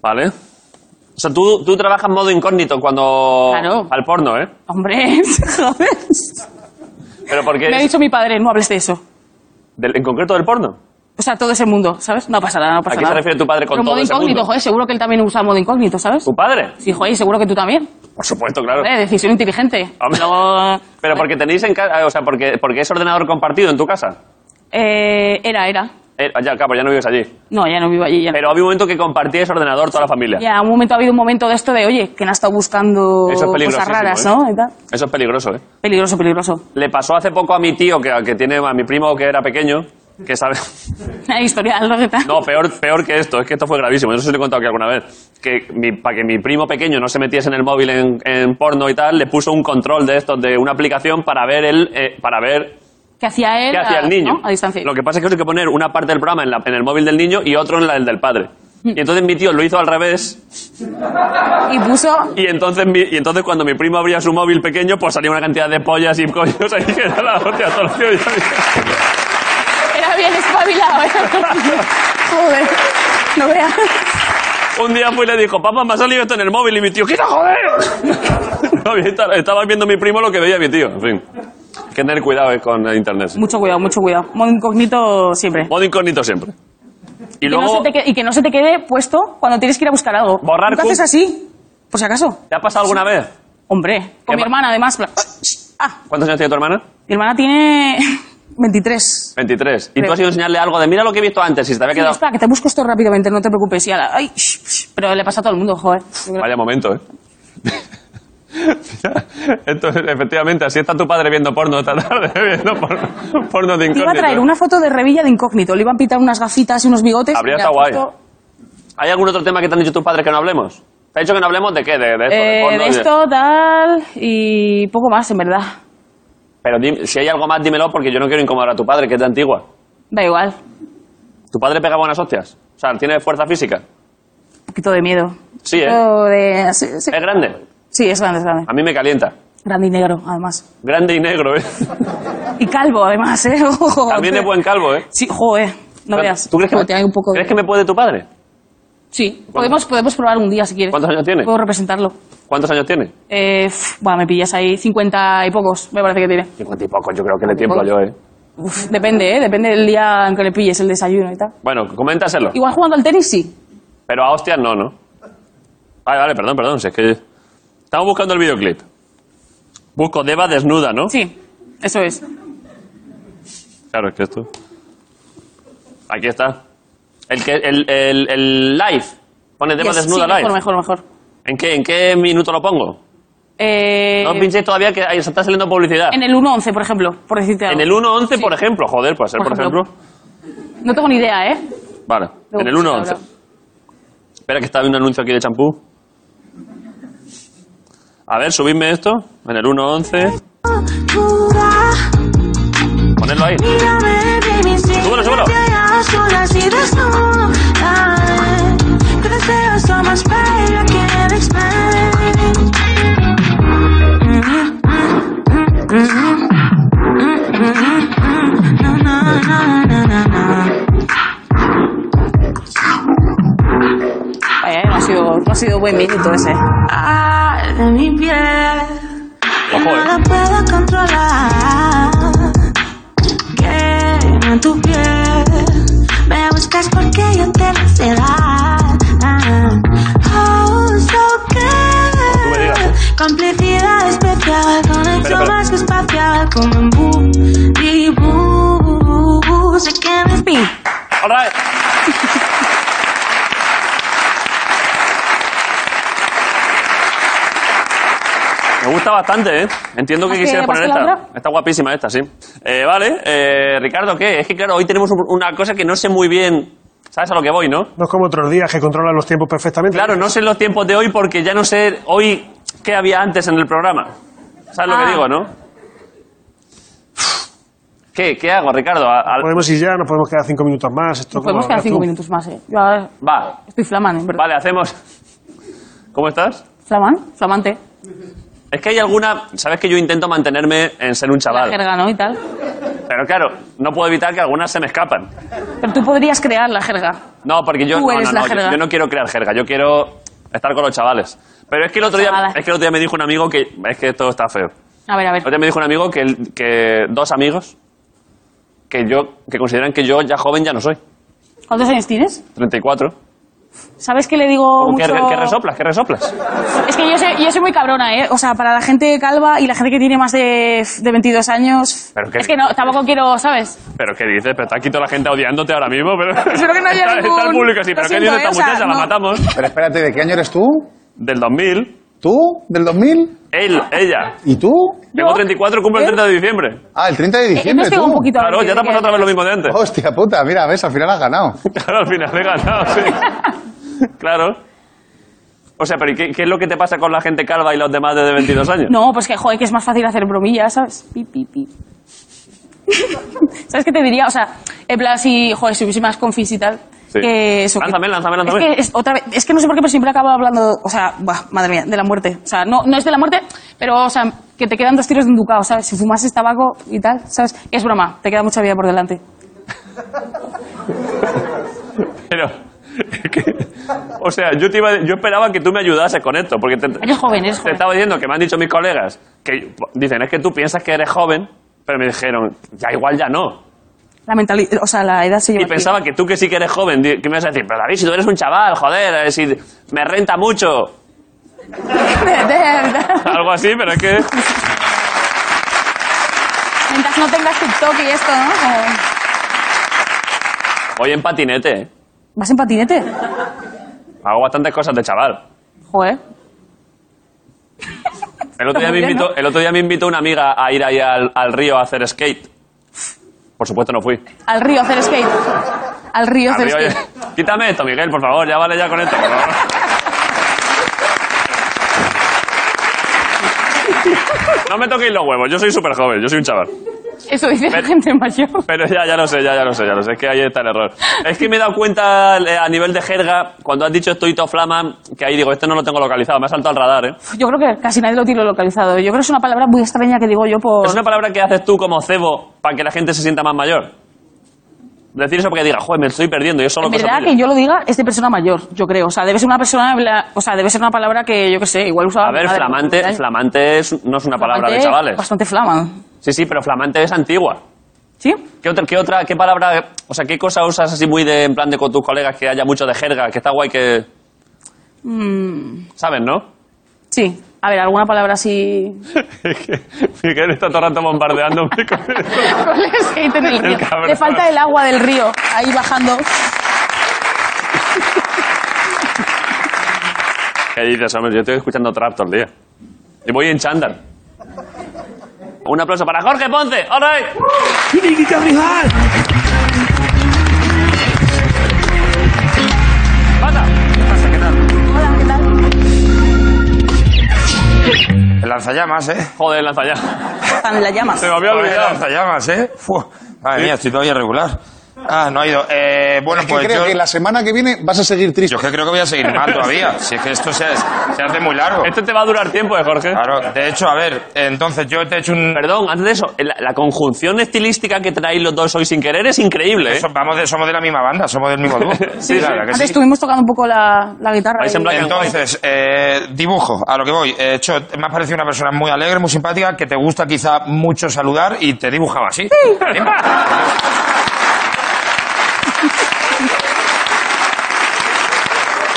Vale. O sea, tú, tú trabajas en modo incógnito cuando. Claro. Al porno, ¿eh? Hombre, joder. Pero porque. Me ha dicho mi padre, no hables de eso. del- en concreto del porno. O sea, todo ese mundo, ¿sabes? No pasa nada, no ¿A pasa qué nada. se refiere tu padre con Pero todo modo ese incógnito, mundo? joder, seguro que él también usa modo incógnito, ¿sabes? ¿Tu padre? Sí, joder, y seguro que tú también. Por supuesto, claro. Eh, decisión inteligente. Hombre. Luego, Pero porque tenéis en casa. O sea, porque, porque es ordenador compartido en tu casa. eh, era, era. Eh, ya, claro, pero ya no vives allí. No, ya no vivo allí. Ya, no. Pero había un momento que compartíais ordenador toda la familia. Ya, un momento ha habido un momento de esto de, oye, que han estado buscando Eso es cosas peligrosísimo, raras, ¿eh? ¿no? Y tal. Eso es peligroso, ¿eh? Peligroso, peligroso. Le pasó hace poco a mi tío, que, que tiene a mi primo que era pequeño, que sabe... Hay historial, ¿no? ¿Qué tal? No, peor, peor que esto, es que esto fue gravísimo, no sé si lo he contado aquí alguna vez. Que mi- para que mi primo pequeño no se metiese en el móvil en, en porno y tal, le puso un control de estos, de una aplicación para ver el, eh, para ver Que hacía él qué hacía a- el niño. ¿no? a distancia. Lo que pasa es que hay que poner una parte del programa en, la- en el móvil del niño y otro en la, el del padre. Mm. Y entonces mi tío lo hizo al revés Y puso... Y entonces, mi- y entonces cuando mi primo abría su móvil pequeño, pues salía una cantidad de pollas y cosas ahí que era la hostia, todo el tío ya había- Era bien espabilado, ¿eh? Joder, no veas. Un día fue y le dijo, papá, me ha salido esto en el móvil y mi tío, ¡quita, joder! No, había- estaba- estaba viendo mi primo lo que veía mi tío, en fin. Hay que tener cuidado eh, con el internet. sí. Mucho cuidado, mucho cuidado. Modo incógnito siempre. Modo incógnito siempre. Y Y, no luego, se te que- y que no se te quede puesto cuando tienes que ir a buscar algo. Borrar ¿Nunca cum- haces así? Por si acaso. ¿te ha pasado alguna vez? Hombre, Ema- con mi hermana además. pla- Ah, ¿Cuántos años tiene tu hermana? mi hermana tiene 23. 23. Y tú Creo. has ido a enseñarle algo de, mira lo que he visto antes, si se te había Sí, quedado... espera, que te busco esto rápidamente, no te preocupes. Y ala, ay, sh- sh. pero le pasa a todo el mundo, joder. Yo creo- Vaya momento, ¿eh? Mira, esto, efectivamente, así está tu padre viendo porno esta tarde, viendo porno, porno de Te iba a incógnito. traer una foto de Revilla de incógnito. Le iban a pitar unas gafitas y unos bigotes. Habría Mira, estado guay. justo, ¿Hay algún otro tema que te han dicho tus padres que no hablemos? ¿Te ha dicho que no hablemos de qué? ¿De, de esto? eh, de porno, de esto, tal, y poco más, en verdad. Pero di- si hay algo más, dímelo porque yo no quiero incomodar a tu padre, que es de antigua. Da igual. ¿Tu padre pegaba unas hostias? O sea, ¿tiene fuerza física? Un poquito de miedo. Sí, ¿eh? Pero de- sí, sí. Es grande. Sí, es grande, es grande. A mí me calienta. Grande y negro, además. Grande y negro, ¿eh? Y calvo, además, ¿eh? Ojo, También que- es buen calvo, ¿eh? Sí, joder. No veas. ¿Tú crees que, Pero me, tiene un poco de- ¿crees que me puede tu padre? Sí, podemos, podemos probar un día si quieres. ¿Cuántos años tiene? Puedo representarlo. ¿Cuántos años tiene? Eh, pf, bueno, me pillas ahí 50 y pocos, me parece que tiene. 50 y poco, yo creo que le tiemblo Poco. yo, ¿eh? Uf, depende, ¿eh? Depende del día en que le pilles el desayuno y tal. Bueno, coméntaselo. Igual jugando al tenis sí. Pero a hostias no, ¿no? Vale, vale, perdón, perdón. Si es que. Estamos buscando el videoclip. Busco Deva desnuda, ¿no? Sí, eso es. Claro, es que esto. Aquí está. El, que, el, el, el live. Pone Deva Yes, desnuda sí, live. Mejor, mejor, mejor. ¿En, qué, ¿En qué minuto lo pongo? Eh, No pinchéis todavía que ahí se está saliendo publicidad. en el 1-11, por ejemplo, por decirte algo. En el 1.11, por Sí. ejemplo. Joder, puede ser, por, Por ejemplo. ejemplo. No tengo ni idea, ¿eh? Vale, Luego en el se 1.11. habla. Espera, que está viendo un anuncio aquí de champú. A ver, subidme esto. En el 1.11. Ponedlo ahí. Súbelo, Súbelo, súbelo. Vaya, eh, no ha sido, no ha sido buen minuto ese. De mi piel, que Ojo, no eh. la puedo controlar. Quema en tu piel, me buscas porque yo te lo sé dar. Oh, so Tú me digas, good. ¿eh? Complicidad especial, conexión espera. más que espacial, como en Boo, Sé que me Ping. All right. Me gusta bastante, ¿eh? Entiendo que ¿Más quisiera que- más poner que la esta. otra? Está guapísima esta, sí. Eh, vale, eh, Ricardo, ¿qué? Es que claro, hoy tenemos un- una cosa que no sé muy bien. ¿Sabes a lo que voy, no? No es como otros días que controlan los tiempos perfectamente. Claro, no sé los tiempos de hoy porque ya no sé hoy qué había antes en el programa. ¿Sabes lo Ah. que digo, no? ¿Qué, ¿Qué hago, Ricardo? A- a- Pues- Podemos ir ya, nos podemos quedar cinco minutos más. Esto Nos podemos como quedar tú. cinco minutos más, ¿eh? Yo ahora Va, estoy flamán, en verdad. vale, hacemos. ¿Cómo estás? ¿Flamán? Flamante. Es que hay alguna. Sabes que yo intento mantenerme en ser un La chaval. jerga, ¿no? Y tal. Pero claro, no puedo evitar que algunas se me escapan. Pero tú podrías crear la jerga. No, porque yo. Tú no, eres no, la no, yo- jerga. Yo, no quiero crear jerga, yo quiero estar con los chavales. Pero es que el otro día, Chavales. es que el otro día me dijo un amigo que. Es que todo está feo. A ver, a ver. El otro día me dijo un amigo que, el- que dos amigos que yo que consideran que yo ya joven ya no soy. ¿Cuántos años tienes? 34. ¿Sabes que le digo ¿Qué, mucho? qué resoplas? ¿Qué resoplas? Es que yo soy, yo soy muy cabrona, ¿eh? O sea, para la gente calva y la gente que tiene más de, de 22 años... Pero qué- Es que no, tampoco quiero, ¿sabes? ¿Pero qué dices? Pero está aquí toda la gente odiándote ahora mismo. Pero Espero que no haya está, está el ningún- público así. Lo ¿Pero qué siento, dice eh, esta o sea, muchacha? La no. matamos. Pero espérate, ¿de qué año eres tú? Del 2000. ¿Tú? ¿Del 2000? Él, ella. ¿Y tú? Tengo Yo- 34, cumple el ¿Eh? 30 de diciembre. Ah, el 30 de Eh, diciembre, investigo tú. un poquito. a ver Claro, qué- ya te ha qué- pasado otra vez lo mismo de antes. Hostia puta, mira, ves, al final has ganado. Claro, al final he ganado, sí. Claro. O sea, pero ¿y qué, qué es lo que te pasa con la gente calva y los demás de 22 años? No, pues que, joder, que es más fácil hacer bromillas, ¿sabes? Pi, pi, pi. ¿Sabes qué te diría? O sea, en plan, si, joder, si hubiese más confis y tal... Sí. Que eso, que- Lánzame, lánzame, Es lánzame. que, es, otra vez, es que no sé por qué, pero siempre acabo hablando, o sea, buah, madre mía, de la muerte. O sea, no, no es de la muerte, pero, o sea, que te quedan dos tiros de un ducado, ¿sabes? Si fumases tabaco y tal, ¿sabes? Es broma, te queda mucha vida por delante. Pero, es que- o sea, yo, te iba- yo esperaba que tú me ayudases con esto, porque te, Eres joven, eres te joven. estaba diciendo que me han dicho mis colegas que dicen, es que tú piensas que eres joven, pero me dijeron, ya igual ya no. La mentalidad, o sea, la edad se lleva. Y aquí. pensaba que tú que sí que eres joven, di- que me ibas a decir, pero David, si tú eres un chaval, joder, eh, si me renta mucho, algo así, pero es que... Mientras no tengas TikTok y esto, ¿no? Como- Voy en patinete, eh. ¿Vas en patinete? Hago bastantes cosas de chaval. Joder. El otro, día me Está muy bien, invitó, Pues ¿no? el otro día me invitó una amiga a ir ahí al, al río a hacer skate. Por supuesto no fui. Al río a hacer skate. Al río a Al hacer río, skate. oye, Quítame esto, Miguel, por favor, ya vale ya con esto, por favor. No me toquéis los huevos, yo soy súper joven, yo soy un chaval. Eso dice la Pero- gente mayor. Pero ya, ya lo sé, ya, ya lo sé, ya lo sé. Es que ahí está el error. Es que me he dado cuenta eh, a nivel de jerga, cuando has dicho estoy todo flama, que ahí digo, este no lo tengo localizado, me ha saltado al radar, ¿eh? Yo creo que casi nadie lo tiene localizado. Yo creo que es una palabra muy extraña que digo yo por... Es una palabra que haces tú como cebo para que la gente se sienta más mayor. Decir eso porque diga, joder, me estoy perdiendo, yo solo En cosa verdad tuya". que yo lo diga es de persona mayor, yo creo. O sea, debe ser una persona, habla- o sea, debe ser una palabra que yo qué sé, igual usaba. A mi ver, madre, flamante, ¿sabes? flamante es- no es una palabra Flamante de es chavales. Bastante flama. Sí, sí, pero flamante es antigua. ¿Sí? ¿Qué otra, qué otra, qué palabra, o sea, qué cosa usas así muy de, en plan de con tus colegas que haya mucho de jerga, que está guay que... Mm. ¿Sabes, no? Sí. A ver, alguna palabra así. Miguel está todo el rato bombardeándome con Con el skate en el río. cabrón. Le falta el agua del río, ahí bajando. ¿Qué dices, hombre? Yo estoy escuchando trap todo el día. Y voy en chándal. Un aplauso para Jorge Ponce. All right. Pasa. Pasa, ¿qué tal? Hola, ¿qué tal? El lanzallamas, ¿eh? Joder, lanza ya. Están las llamas. Se me había Joder, olvidado. lanzallamas, ¿eh? Fua. Madre mía, estoy todavía regular. Ah, no ha ido. Eh, bueno, Es que pues creo yo, que la semana que viene vas a seguir yo triste. es que creo que voy a seguir mal todavía. Si es que esto se, se hace muy largo. Esto te va a durar tiempo, ¿eh, Jorge? Claro, de hecho, a ver, entonces yo te he hecho un... Perdón, antes de eso, la, la conjunción estilística que traéis los dos hoy sin querer es increíble, ¿eh? So- vamos de- somos de la misma banda, somos del mismo dúo. Sí, Claro sí. que Antes sí. estuvimos tocando un poco la, la guitarra. Vais en y- plan- Entonces, eh, dibujo, a lo que voy. Eh, Chot, me has parecido una persona muy alegre, muy simpática, que te gusta quizá mucho saludar y te dibujaba así. ¿Eh?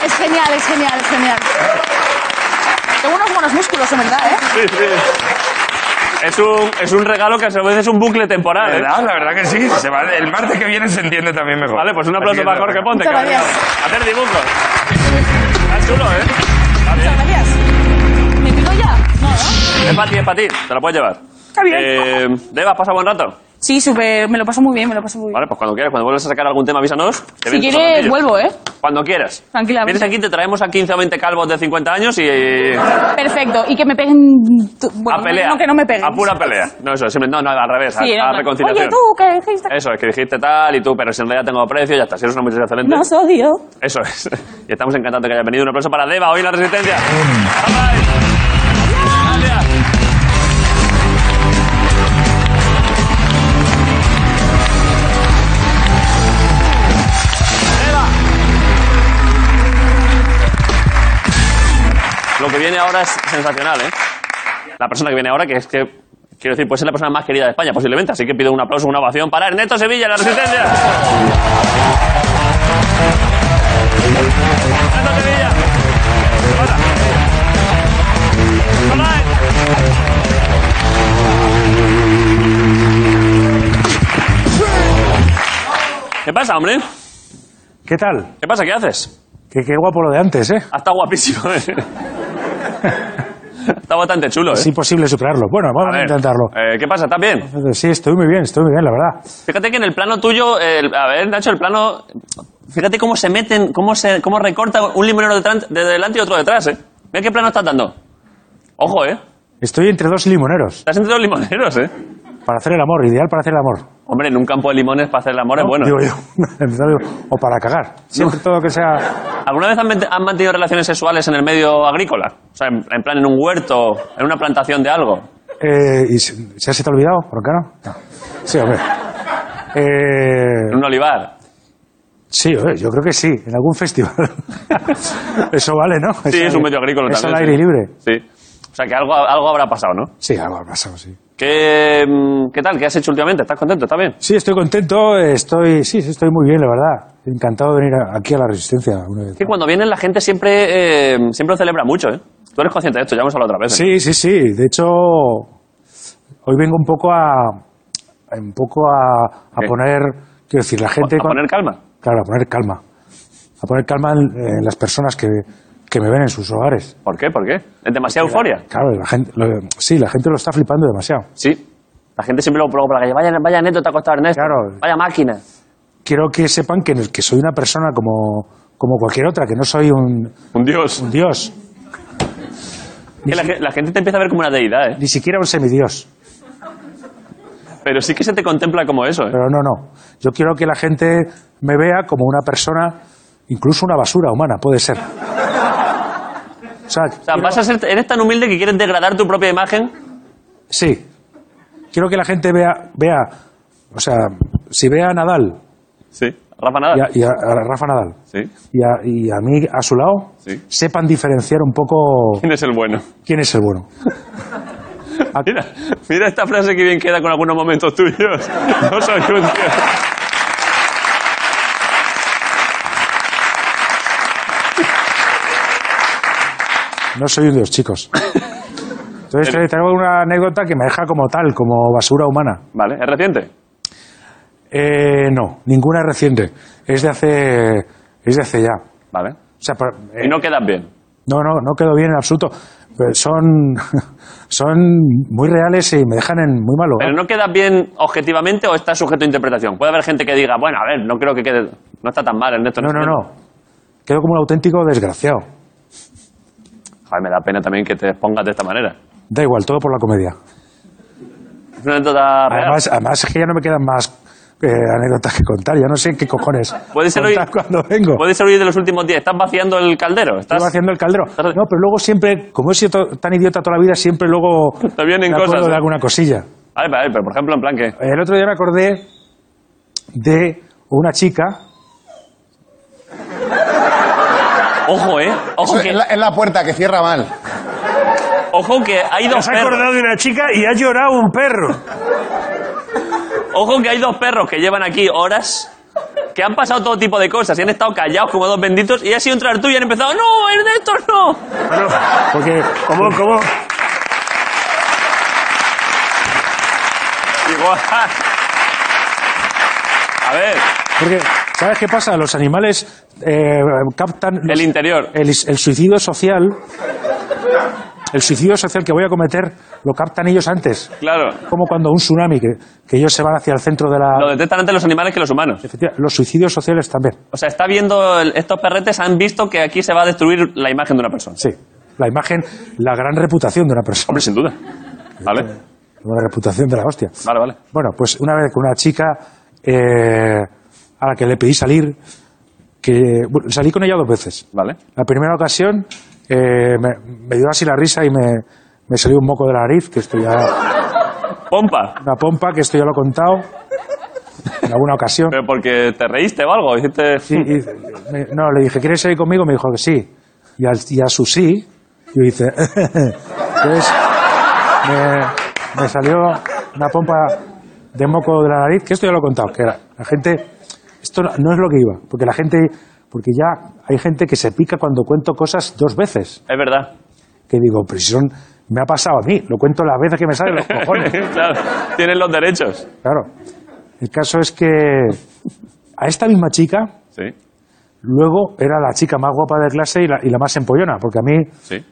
Es genial, es genial, es genial. Tengo unos buenos músculos, en verdad, ¿eh? Es un, es un regalo que a su vez es un bucle La temporal, ¿eh? verdad, la verdad que sí. se va- el martes que viene se entiende también mejor. Vale, pues un aplauso Así para es, Jorge venga. Ponte. Muchas que ha venido gracias. a Hacer dibujos. Está chulo, ¿eh? Está bien. Muchas gracias. ¿Me pido ya? No, ¿no? Es para ti, es para ti. Te lo puedes llevar. Está bien. Eh, Deba, pasa buen rato. Sí, súper. Me lo paso muy bien, me lo paso muy bien. Vale, pues cuando quieras, cuando vuelvas a sacar algún tema, avísanos. que si vienes quieres, otro ratillo. vuelvo, ¿eh? Cuando quieras. Tranquilamente. Vienes aquí, te traemos a 15 o 20 calvos de 50 años y... A Perfecto. Y que me peguen. tú- Bueno, pelea. Pues No, que no me peguen. A pura pelea. No, eso, siempre, no, no, al revés, a- Sí, no, a, no. reconciliación. Eh, Oye, tú, que dijiste. Eso, es que dijiste tal y tú, pero si en realidad tengo precio, ya está. Si eres una muchacha excelente. No os odio. Eso es. Y estamos encantados de que hayas venido. Un aplauso para Deva, hoy en la Resistencia. Bye, bye. Gracias. Deva. Lo que viene ahora es sensacional, ¿eh? La persona que viene ahora, que es que, quiero decir, pues es la persona más querida de España, posiblemente. Así que pido un aplauso, una ovación para Ernesto Sevilla, la Resistencia. Fernando Sevilla. Hola. Hola. ¿Qué pasa, hombre? ¿Qué tal? ¿Qué pasa? ¿Qué haces? Que qué guapo lo de antes, ¿eh? Ha estado guapísimo. ¿eh? Está bastante chulo, ¿eh? Es imposible superarlo. Bueno, A vamos a, ver, intentarlo. eh, ¿Qué pasa? ¿Estás bien? Sí, estoy muy bien, estoy muy bien, la verdad. Fíjate que en el plano tuyo, eh, el- a ver, Nacho, el plano. Fíjate cómo se meten, cómo, se, cómo recorta un limonero detrás- de delante y otro detrás, ¿eh? Mira qué plano estás dando. Ojo, ¿eh? Estoy entre dos limoneros Estás entre los limoneros, ¿eh? para hacer el amor, ideal para hacer el amor. Hombre, en un campo de limones para hacer el amor es bueno. Digo yo. o para cagar. Siempre todo que sea. ¿Alguna vez han, mente- han mantenido relaciones sexuales en el medio agrícola? O sea, en, en plan en un huerto, en una plantación de algo. eh, y se, ¿Se te ha olvidado? ¿Por qué no? No. Sí, hombre. En Eh, un olivar. sí, hombre, yo creo que sí, en algún festival. Eso vale, ¿no? Sí, Eso es un vale. medio agrícola Es también. al sí. aire libre. Sí. O sea, que algo, algo habrá pasado, ¿no? Sí, algo ha pasado, sí. ¿Qué, mm, ¿Qué tal? ¿Qué has hecho últimamente? ¿Estás contento? ¿Está bien? Sí, estoy contento, estoy, sí, sí, estoy muy bien, la verdad. Encantado de venir a- aquí a la Resistencia una vez. Es que cuando vienen la gente siempre, eh, siempre lo celebra mucho, ¿eh? Tú eres consciente de esto, ya hemos hablado otra vez. ¿eh? Sí, sí, sí. De hecho, hoy vengo un poco a, un poco a, a ¿Qué? poner, quiero decir, la gente, A cuan- poner calma. claro, a poner calma, a poner calma en, en las personas que, que me ven en sus hogares. ¿Por qué? ¿Por qué? Es demasiada euforia. Claro, la gente, lo- sí, la gente lo está flipando demasiado. Sí. La gente siempre lo provoca para que vaya, vaya neto, te ha costado Ernesto. Claro. Vaya máquina. Quiero que sepan que, que soy una persona como, como cualquier otra, que no soy un, Un dios. un dios. Que la, ge- la gente te empieza a ver como una deidad, ¿eh? Ni siquiera un semidios. Pero sí que se te contempla como eso, ¿eh? Pero no, no. Yo quiero que la gente me vea como una persona, incluso una basura humana, puede ser. O sea, O sea, vas a ser, eres tan humilde que quieres degradar tu propia imagen. sí. Quiero que la gente vea, vea, o sea, si ve a Nadal Sí. Rafa y nada. a, y a- a Rafa Nadal Sí. y a, y a mí a su lado, Sí. sepan diferenciar un poco ¿Quién es el bueno? quién es el bueno. Ah. Mira, mira esta frase que bien queda con algunos momentos tuyos. No soy un tío. No soy un dios, chicos. Entonces El- eh, tengo una anécdota que me deja como tal, como basura humana. Vale, es reciente. Eh, no, ninguna es reciente. Es de hace, es de hace ya. O Vale. sea, por- eh, Y no quedas bien. no, no, no quedó bien en absoluto. Eh, Son, son muy reales y me dejan en muy malo. ¿eh? Pero no quedas bien objetivamente o estás sujeto a interpretación. Puede haber gente que diga, bueno, a ver, no creo que quede. No está tan mal en esto. no, no, sé. no. Quedo como un auténtico desgraciado. Joder, me da pena también que te expongas de esta manera. Da igual, todo por la comedia. Es una anécdota real. Además, además es que ya no me quedan más eh, anécdotas que contar. Ya no sé qué cojones Puede ser hoy- contar cuando vengo. Puedes huir de los últimos días. Estás vaciando el caldero. Estás... Estaba haciendo el caldero. estás- No, pero luego siempre, como he sido to- tan idiota toda la vida, siempre luego Te vienen me acuerdo cosas, ¿eh? de alguna cosilla. Vale, vale, pero por ejemplo, en plan que. El otro día me acordé de una chica. Ojo, eh. Ojo Eso que, es, la, es la puerta que cierra mal. ojo que hay dos Se ha acordado perros. de una chica y ha llorado un perro. Ojo que hay dos perros que llevan aquí horas. Que han pasado todo tipo de cosas y han estado callados como dos benditos y ha sido entrar tú y han empezado, no, es de estos, no. Bueno, porque, ¿cómo, cómo? Igual. A ver, Porque, ¿sabes qué pasa? Los animales eh, captan los- el interior. el, el suicidio social. El suicidio social que voy a cometer lo captan ellos antes. Claro. Como cuando un tsunami, que, que ellos se van hacia el centro de Lo la. detectan antes los animales que los humanos. Efectiva- Los suicidios sociales también. O sea, está viendo, el- estos perretes han visto que aquí se va a destruir la imagen de una persona. Sí. La imagen, la gran reputación de una persona. Hombre, sin duda. Vale, Una reputación de la hostia. vale, vale. Bueno, pues una vez con una chica eh, a la que le pedí salir, que bueno, salí con ella dos veces. Vale. La primera ocasión eh, me, me dio así la risa y me, me salió un moco de la nariz, que esto ya Pompa. una pompa, que esto ya lo he contado en alguna ocasión. Pero porque te reíste o algo, hiciste... Sí, y- me- no, le dije, ¿quieres salir conmigo? Me dijo que sí. Y, al- y a su sí, yo hice... Entonces, me, me salió una pompa de moco de la nariz, que esto ya lo he contado, que la, la gente... Esto no, no es lo que iba, porque la gente... Porque ya hay gente que se pica cuando cuento cosas dos veces. Es verdad. Que digo, pero si son- me ha pasado a mí, lo cuento las veces que me salen los cojones. claro, tienes los derechos. Claro. El caso es que a esta misma chica Sí, Luego era la chica más guapa de clase y la, y la más empollona, porque a mí, sí. eh,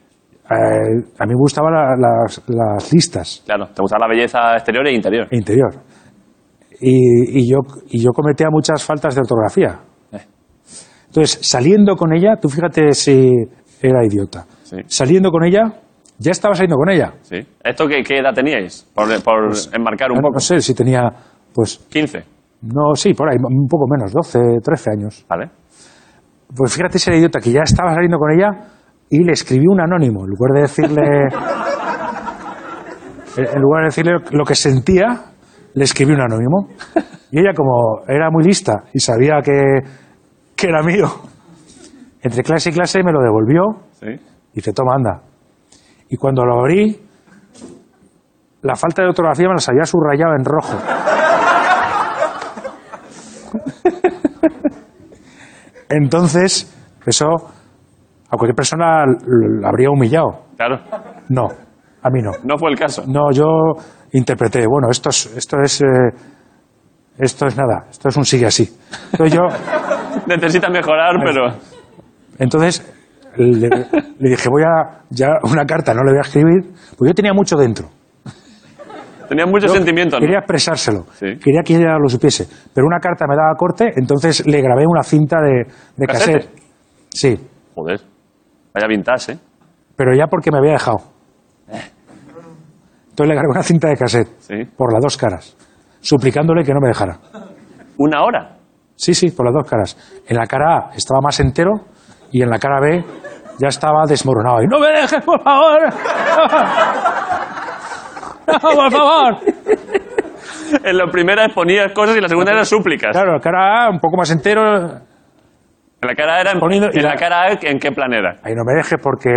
a mí me gustaban la- las, las listas Claro, te gusta la belleza exterior e interior. e interior. Y, y yo, y yo cometía muchas faltas de ortografía. Eh. Entonces, saliendo con ella, tú fíjate si era idiota. Sí. Saliendo con ella, ya estaba saliendo con ella. Sí. ¿Esto qué, qué edad teníais? Por, por Pues, enmarcar un No, poco. no sé si tenía, pues, 15. no, sí, por ahí, un poco menos, 12, 13 años. Vale. Pues fíjate si era idiota, que ya estaba saliendo con ella y le escribí un anónimo. En lugar de decirle. en lugar de decirle lo que sentía, le escribí un anónimo. Y ella, como era muy lista y sabía que, que era mío, entre clase y clase me lo devolvió Sí. y dice: Toma, anda. Y cuando lo abrí, la falta de ortografía me las había subrayado en rojo. Entonces, eso a cualquier persona l- la habría humillado. Claro. No, a mí no. No fue el caso. No, yo interpreté, bueno, esto es, esto es, eh, esto es nada, esto es un sigue así. Entonces yo, Necesitas mejorar, Pues, pero... entonces le, le dije, voy a, ya una carta no le voy a escribir, porque yo tenía mucho dentro. Tenías muchos Yo sentimientos, ¿no? Quería expresárselo. Sí. Quería que ella lo supiese. Pero una carta me daba corte, entonces le grabé una cinta de, de ¿Casete? cassette. Sí, Joder. Vaya vintage, ¿eh? pero ya porque me había dejado. Entonces le grabé una cinta de cassette Sí. por las dos caras, suplicándole que no me dejara. Una hora. Sí, sí, por las dos caras. En la cara A estaba más entero y en la cara B ya estaba desmoronado. Y, no me dejes, por favor. No, por favor. En la primera exponías cosas y la segunda eran súplicas. Claro, la cara A un poco más entero. En la cara era en, Poniendo- y en la la- cara A, ¿en qué plan era? Ahí no me dejes porque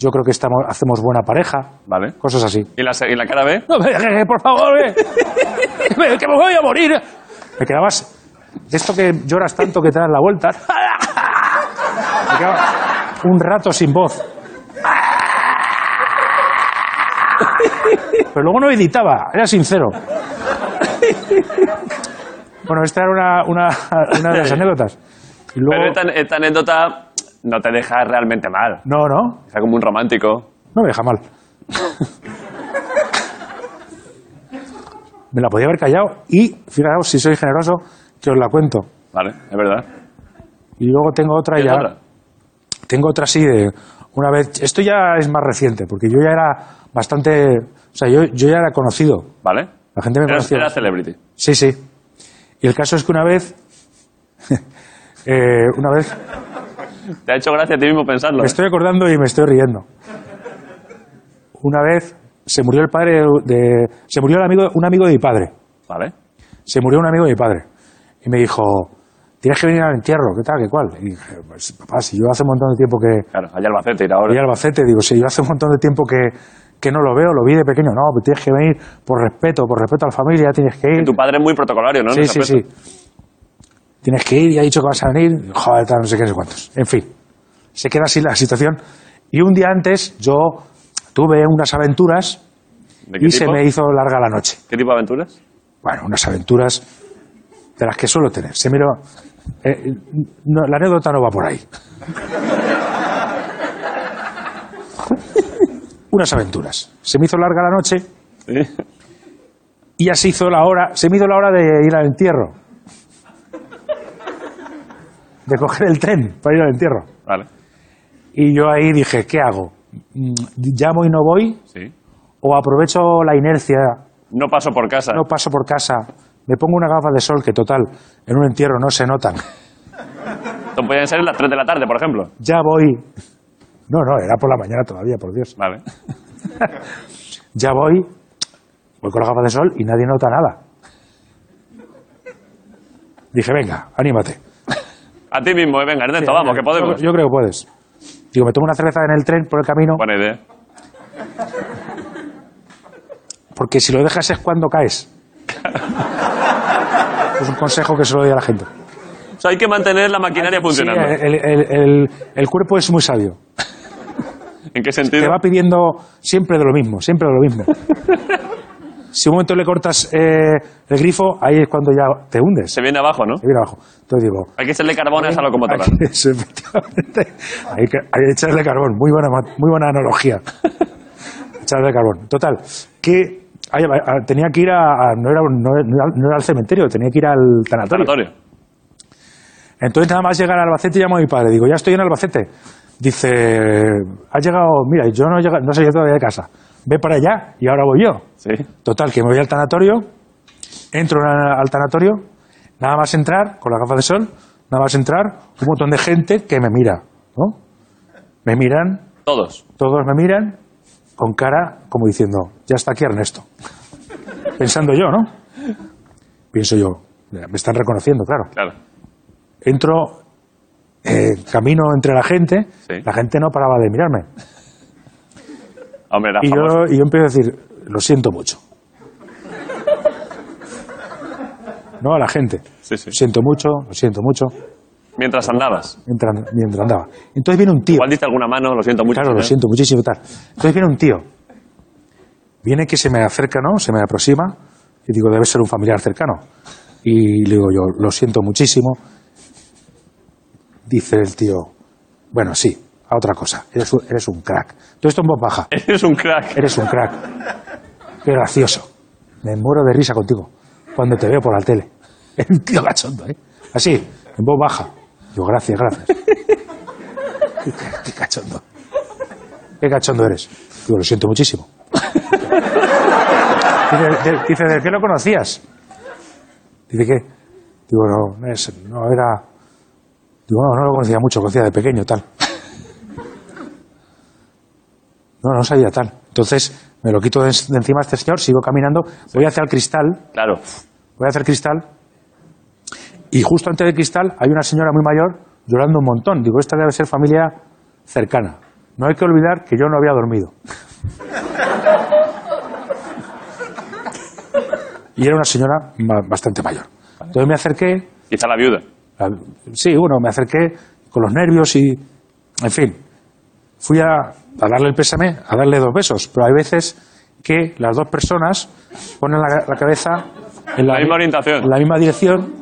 yo creo que estamos, hacemos buena pareja. Vale. Cosas así. ¿Y la, se- y la cara B? No me dejes, por favor. eh. Que me- que me voy a morir. Me quedabas... De esto que lloras tanto que te das la vuelta. Me quedaba un rato sin voz. Pero luego no editaba, era sincero. Bueno, esta era una, una, una de las anécdotas. Y luego- Pero esta, esta anécdota no te deja realmente mal. No, no, O sea, como un romántico. no me deja mal. Me la podía haber callado y, fijaos, si soy generoso, que os la cuento. Vale, es verdad. Y luego tengo otra ¿Tienes ya. otra? Tengo otra así de una vez. Esto ya es más reciente, porque yo ya era bastante. O sea, yo, yo ya era conocido. Vale. La gente me Era, conocía. era celebrity. Sí, sí. Y el caso es que una vez. eh, una vez. Te ha hecho gracia a ti mismo pensarlo. Me ¿eh? estoy acordando y me estoy riendo. Una vez se murió el padre de. Se murió el amigo, un amigo de mi padre. Vale. se murió un amigo de mi padre. Y me dijo, tienes que venir al entierro, ¿qué tal, qué cual? Y dije, pues, papá, si yo hace un montón de tiempo que... Claro, allá Albacete ir Voy a ahora. Albacete, digo, si yo hace un montón de tiempo que, que no lo veo, lo vi de pequeño. No, pues tienes que venir por respeto, por respeto a la familia, tienes que ir. Tu padre es muy protocolario, ¿no? En sí, ese sí, sí. aspecto. Tienes que ir y ha dicho que vas a venir. Joder, tal, no sé qué, no sé cuántos. En fin, se queda así la situación. Y un día antes yo tuve unas aventuras ¿De qué y se tipo? me hizo larga la noche. ¿Qué tipo de aventuras? bueno, unas aventuras de las que suelo tener. Se miro, eh, no, la anécdota no va por ahí. unas aventuras. Se me hizo larga la noche Sí. y ya se hizo la hora, se me hizo la hora de ir al entierro. De coger el tren para ir al entierro. Vale. Y yo ahí dije, ¿qué hago? Mm, ¿Llamo y no voy? Sí. ¿O aprovecho la inercia No paso por casa. no paso por casa, me pongo una gafa de sol que total, en un entierro no se notan. Esto podían ser las 3 de la tarde, por ejemplo. Ya voy. No, no, era por la mañana todavía, por Dios. Vale. Ya voy, voy con la gafa de sol y nadie nota nada. Dije, venga, anímate. A ti mismo, eh, venga, Ernesto, vamos, que podemos. Yo, yo creo que puedes. Digo, me tomo una cerveza en el tren por el camino, Buena idea. porque si lo dejas es cuando caes. es un consejo que se lo doy a la gente. O sea, hay que mantener la maquinaria Ah, Sí, eh. funcionando. el- el- el- el cuerpo es muy sabio. ¿En qué te sentido? va pidiendo siempre de lo mismo, siempre de lo mismo. si un momento le cortas eh, el grifo, ahí es cuando ya te hundes, Se viene abajo, ¿no? te viene abajo. Entonces digo, Hay que hacerle carbones a la locomotora. hay que- eso, efectivamente, hay que, hay que echarle carbón, muy buena, ma- muy buena analogía. echarle carbón. Total, que ay, a- tenía que ir a, a- no, era, un- no era- no era al cementerio, tenía que ir al tanatorio. Sanatorio. Entonces nada más llegar a Albacete llamo a mi padre. Digo, ya estoy en Albacete. Dice, has llegado, mira, yo no, he llegado- no salí todavía de casa. Ve para allá y ahora voy yo. Sí. Total, que me voy al tanatorio, entro en- al tanatorio, nada más entrar, con las gafas de sol, nada más entrar, un montón de gente que me mira, ¿no? Me miran, Todos. todos me miran con cara como diciendo, ya está aquí Ernesto. Pensando yo, ¿no? Pienso yo, me están reconociendo, claro Claro. entro, eh, camino entre la gente, Sí. la gente no paraba de mirarme. Hombre, era Y famoso. yo, y yo empiezo a decir, lo siento mucho. No a la gente. Sí, sí. Lo siento mucho, lo siento mucho, Mientras andabas. mientras, mientras andaba. Entonces viene un tío. Igual diste alguna mano, lo siento mucho. ¿eh? Claro, lo señor. siento muchísimo y tal. Entonces viene un tío. Viene que se me acerca, ¿no? Se me aproxima. Y digo, debe ser un familiar cercano. Y le digo yo, lo siento muchísimo. Dice el tío, bueno, sí, a otra cosa. Eres un, eres un crack. Todo esto en voz baja. Eres un crack. Eres un crack. Qué gracioso. Me muero de risa contigo cuando te veo por la tele. Es un tío cachondo, ¿eh? Así, en voz baja. Yo, gracias, gracias. Qué, qué cachondo. Qué cachondo eres. Digo, lo siento muchísimo. Dice, de, dice, ¿de qué lo conocías? Dice, ¿qué? Digo, no, es- no era... Digo, no, no lo conocía mucho, conocía de pequeño, tal. No, no sabía tal. Entonces, me lo quito de, de encima a este señor, sigo caminando, voy hacia el cristal, Claro. voy hacia el cristal, y justo antes del cristal hay una señora muy mayor llorando un montón. Digo, esta debe ser familia cercana. No hay que olvidar que yo no había dormido. Y era una señora ba- bastante mayor. Entonces me acerqué, Quizá la viuda. la- Sí, bueno, me acerqué con los nervios y, en fin, fui a, a darle el pésame, a darle dos besos, pero hay veces que las dos personas ponen la, la cabeza en la, La misma orientación. en la misma dirección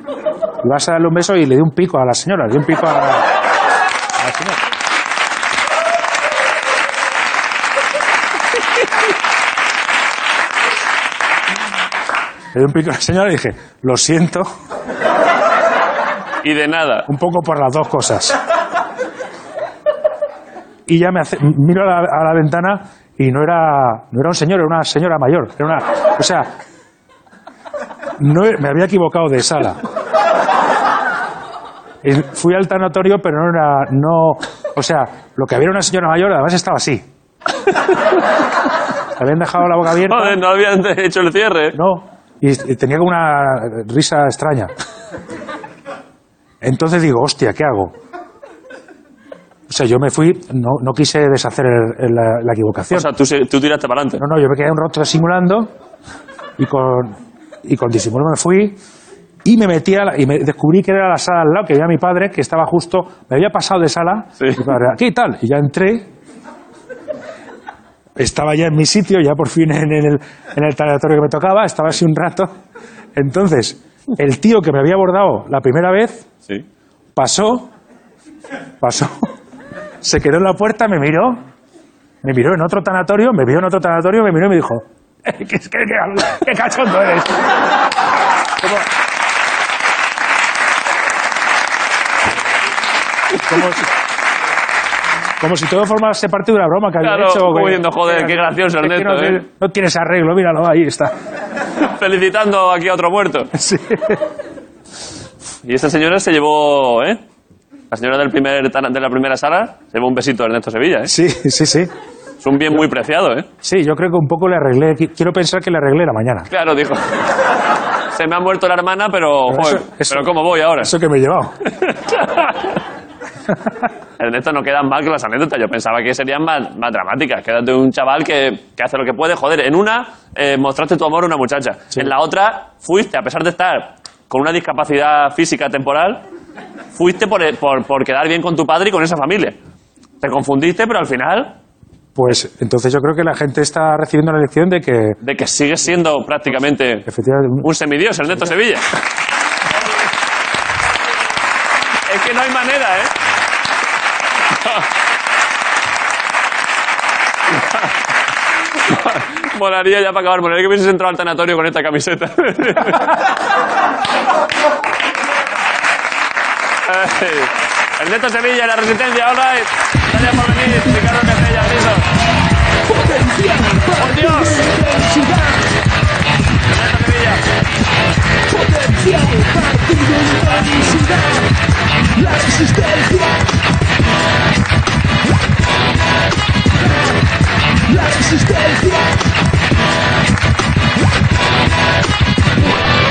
y vas a darle un beso y le di un pico a la señora, le di un pico a la, a la señora. Le di un pico a la señora y dije, lo siento Y de nada. un poco por las dos cosas. Y ya me hace- miro a la, a la ventana y no era, no era un señor, era una señora mayor. Era una, o sea, no, e- me había equivocado de sala. Y Fui al tanatorio, pero no era. No, o sea, lo que había era una señora mayor, además estaba así. Le Habían dejado la boca abierta. Joder, no habían hecho el cierre. No, y y tenía como una risa extraña. Entonces digo, hostia, ¿qué hago? O sea, yo me fui, no, no quise deshacer el- el- la, la equivocación. O sea, tú, se- tú tiraste para adelante. no, no, yo me quedé un rato simulando y con, y con disimulo me fui y me metí a la- y me descubrí que era la sala al lado, que había mi padre, que estaba justo, me había pasado de sala, Sí. mi padre, aquí tal, y ya entré. Estaba ya en mi sitio, ya por fin en el, en el tanatorio que me tocaba, estaba así un rato. Entonces, el tío que me había abordado la primera vez Sí. pasó, pasó, se quedó en la puerta, me miró, me miró en otro tanatorio, me vio en otro tanatorio, me miró y me dijo, "Eh, ¿qué, qué, qué- qué cachondo eres? Como- como si- Como si todo formase parte de una broma que había Claro, hecho. como que- diciendo, "Joder, qué gracioso, es que Ernesto, no, ¿eh?". no tienes arreglo, míralo, ahí está. Felicitando aquí a otro muerto. Sí. Y esta señora se llevó, ¿eh? La señora del primer, tan- de la primera sala se llevó un besito de Ernesto Sevilla, ¿eh? sí, sí, sí. Es un bien muy preciado, ¿eh? Sí, yo creo que un poco le arreglé. qui- Quiero pensar que le arreglé la mañana. Claro, dijo. Se me ha muerto la hermana, pero, Pero joder, eso- eso- pero ¿cómo voy ahora? Eso que me he llevado. Ernesto, no quedan mal que las anécdotas. Yo pensaba que serían más, más dramáticas. Quédate un chaval que, que hace lo que puede. Joder, en una eh, mostraste tu amor a una muchacha. En la otra fuiste, a pesar de estar con una discapacidad física temporal, fuiste por, por, por quedar bien con tu padre y con esa familia. Te confundiste, pero al final, Pues entonces yo creo que la gente está recibiendo la lección de que de que sigues siendo prácticamente efectivamente un semidios, Ernesto Sevilla. es que no hay manera, ¿eh? Molaría ya para acabar, molaría que hubieses entrado al tanatorio con esta camiseta. Ay. Ernesto Sevilla, La Resistencia, all right. Gracias por venir, Ricardo Castella, Riso. ¡Oh, Dios!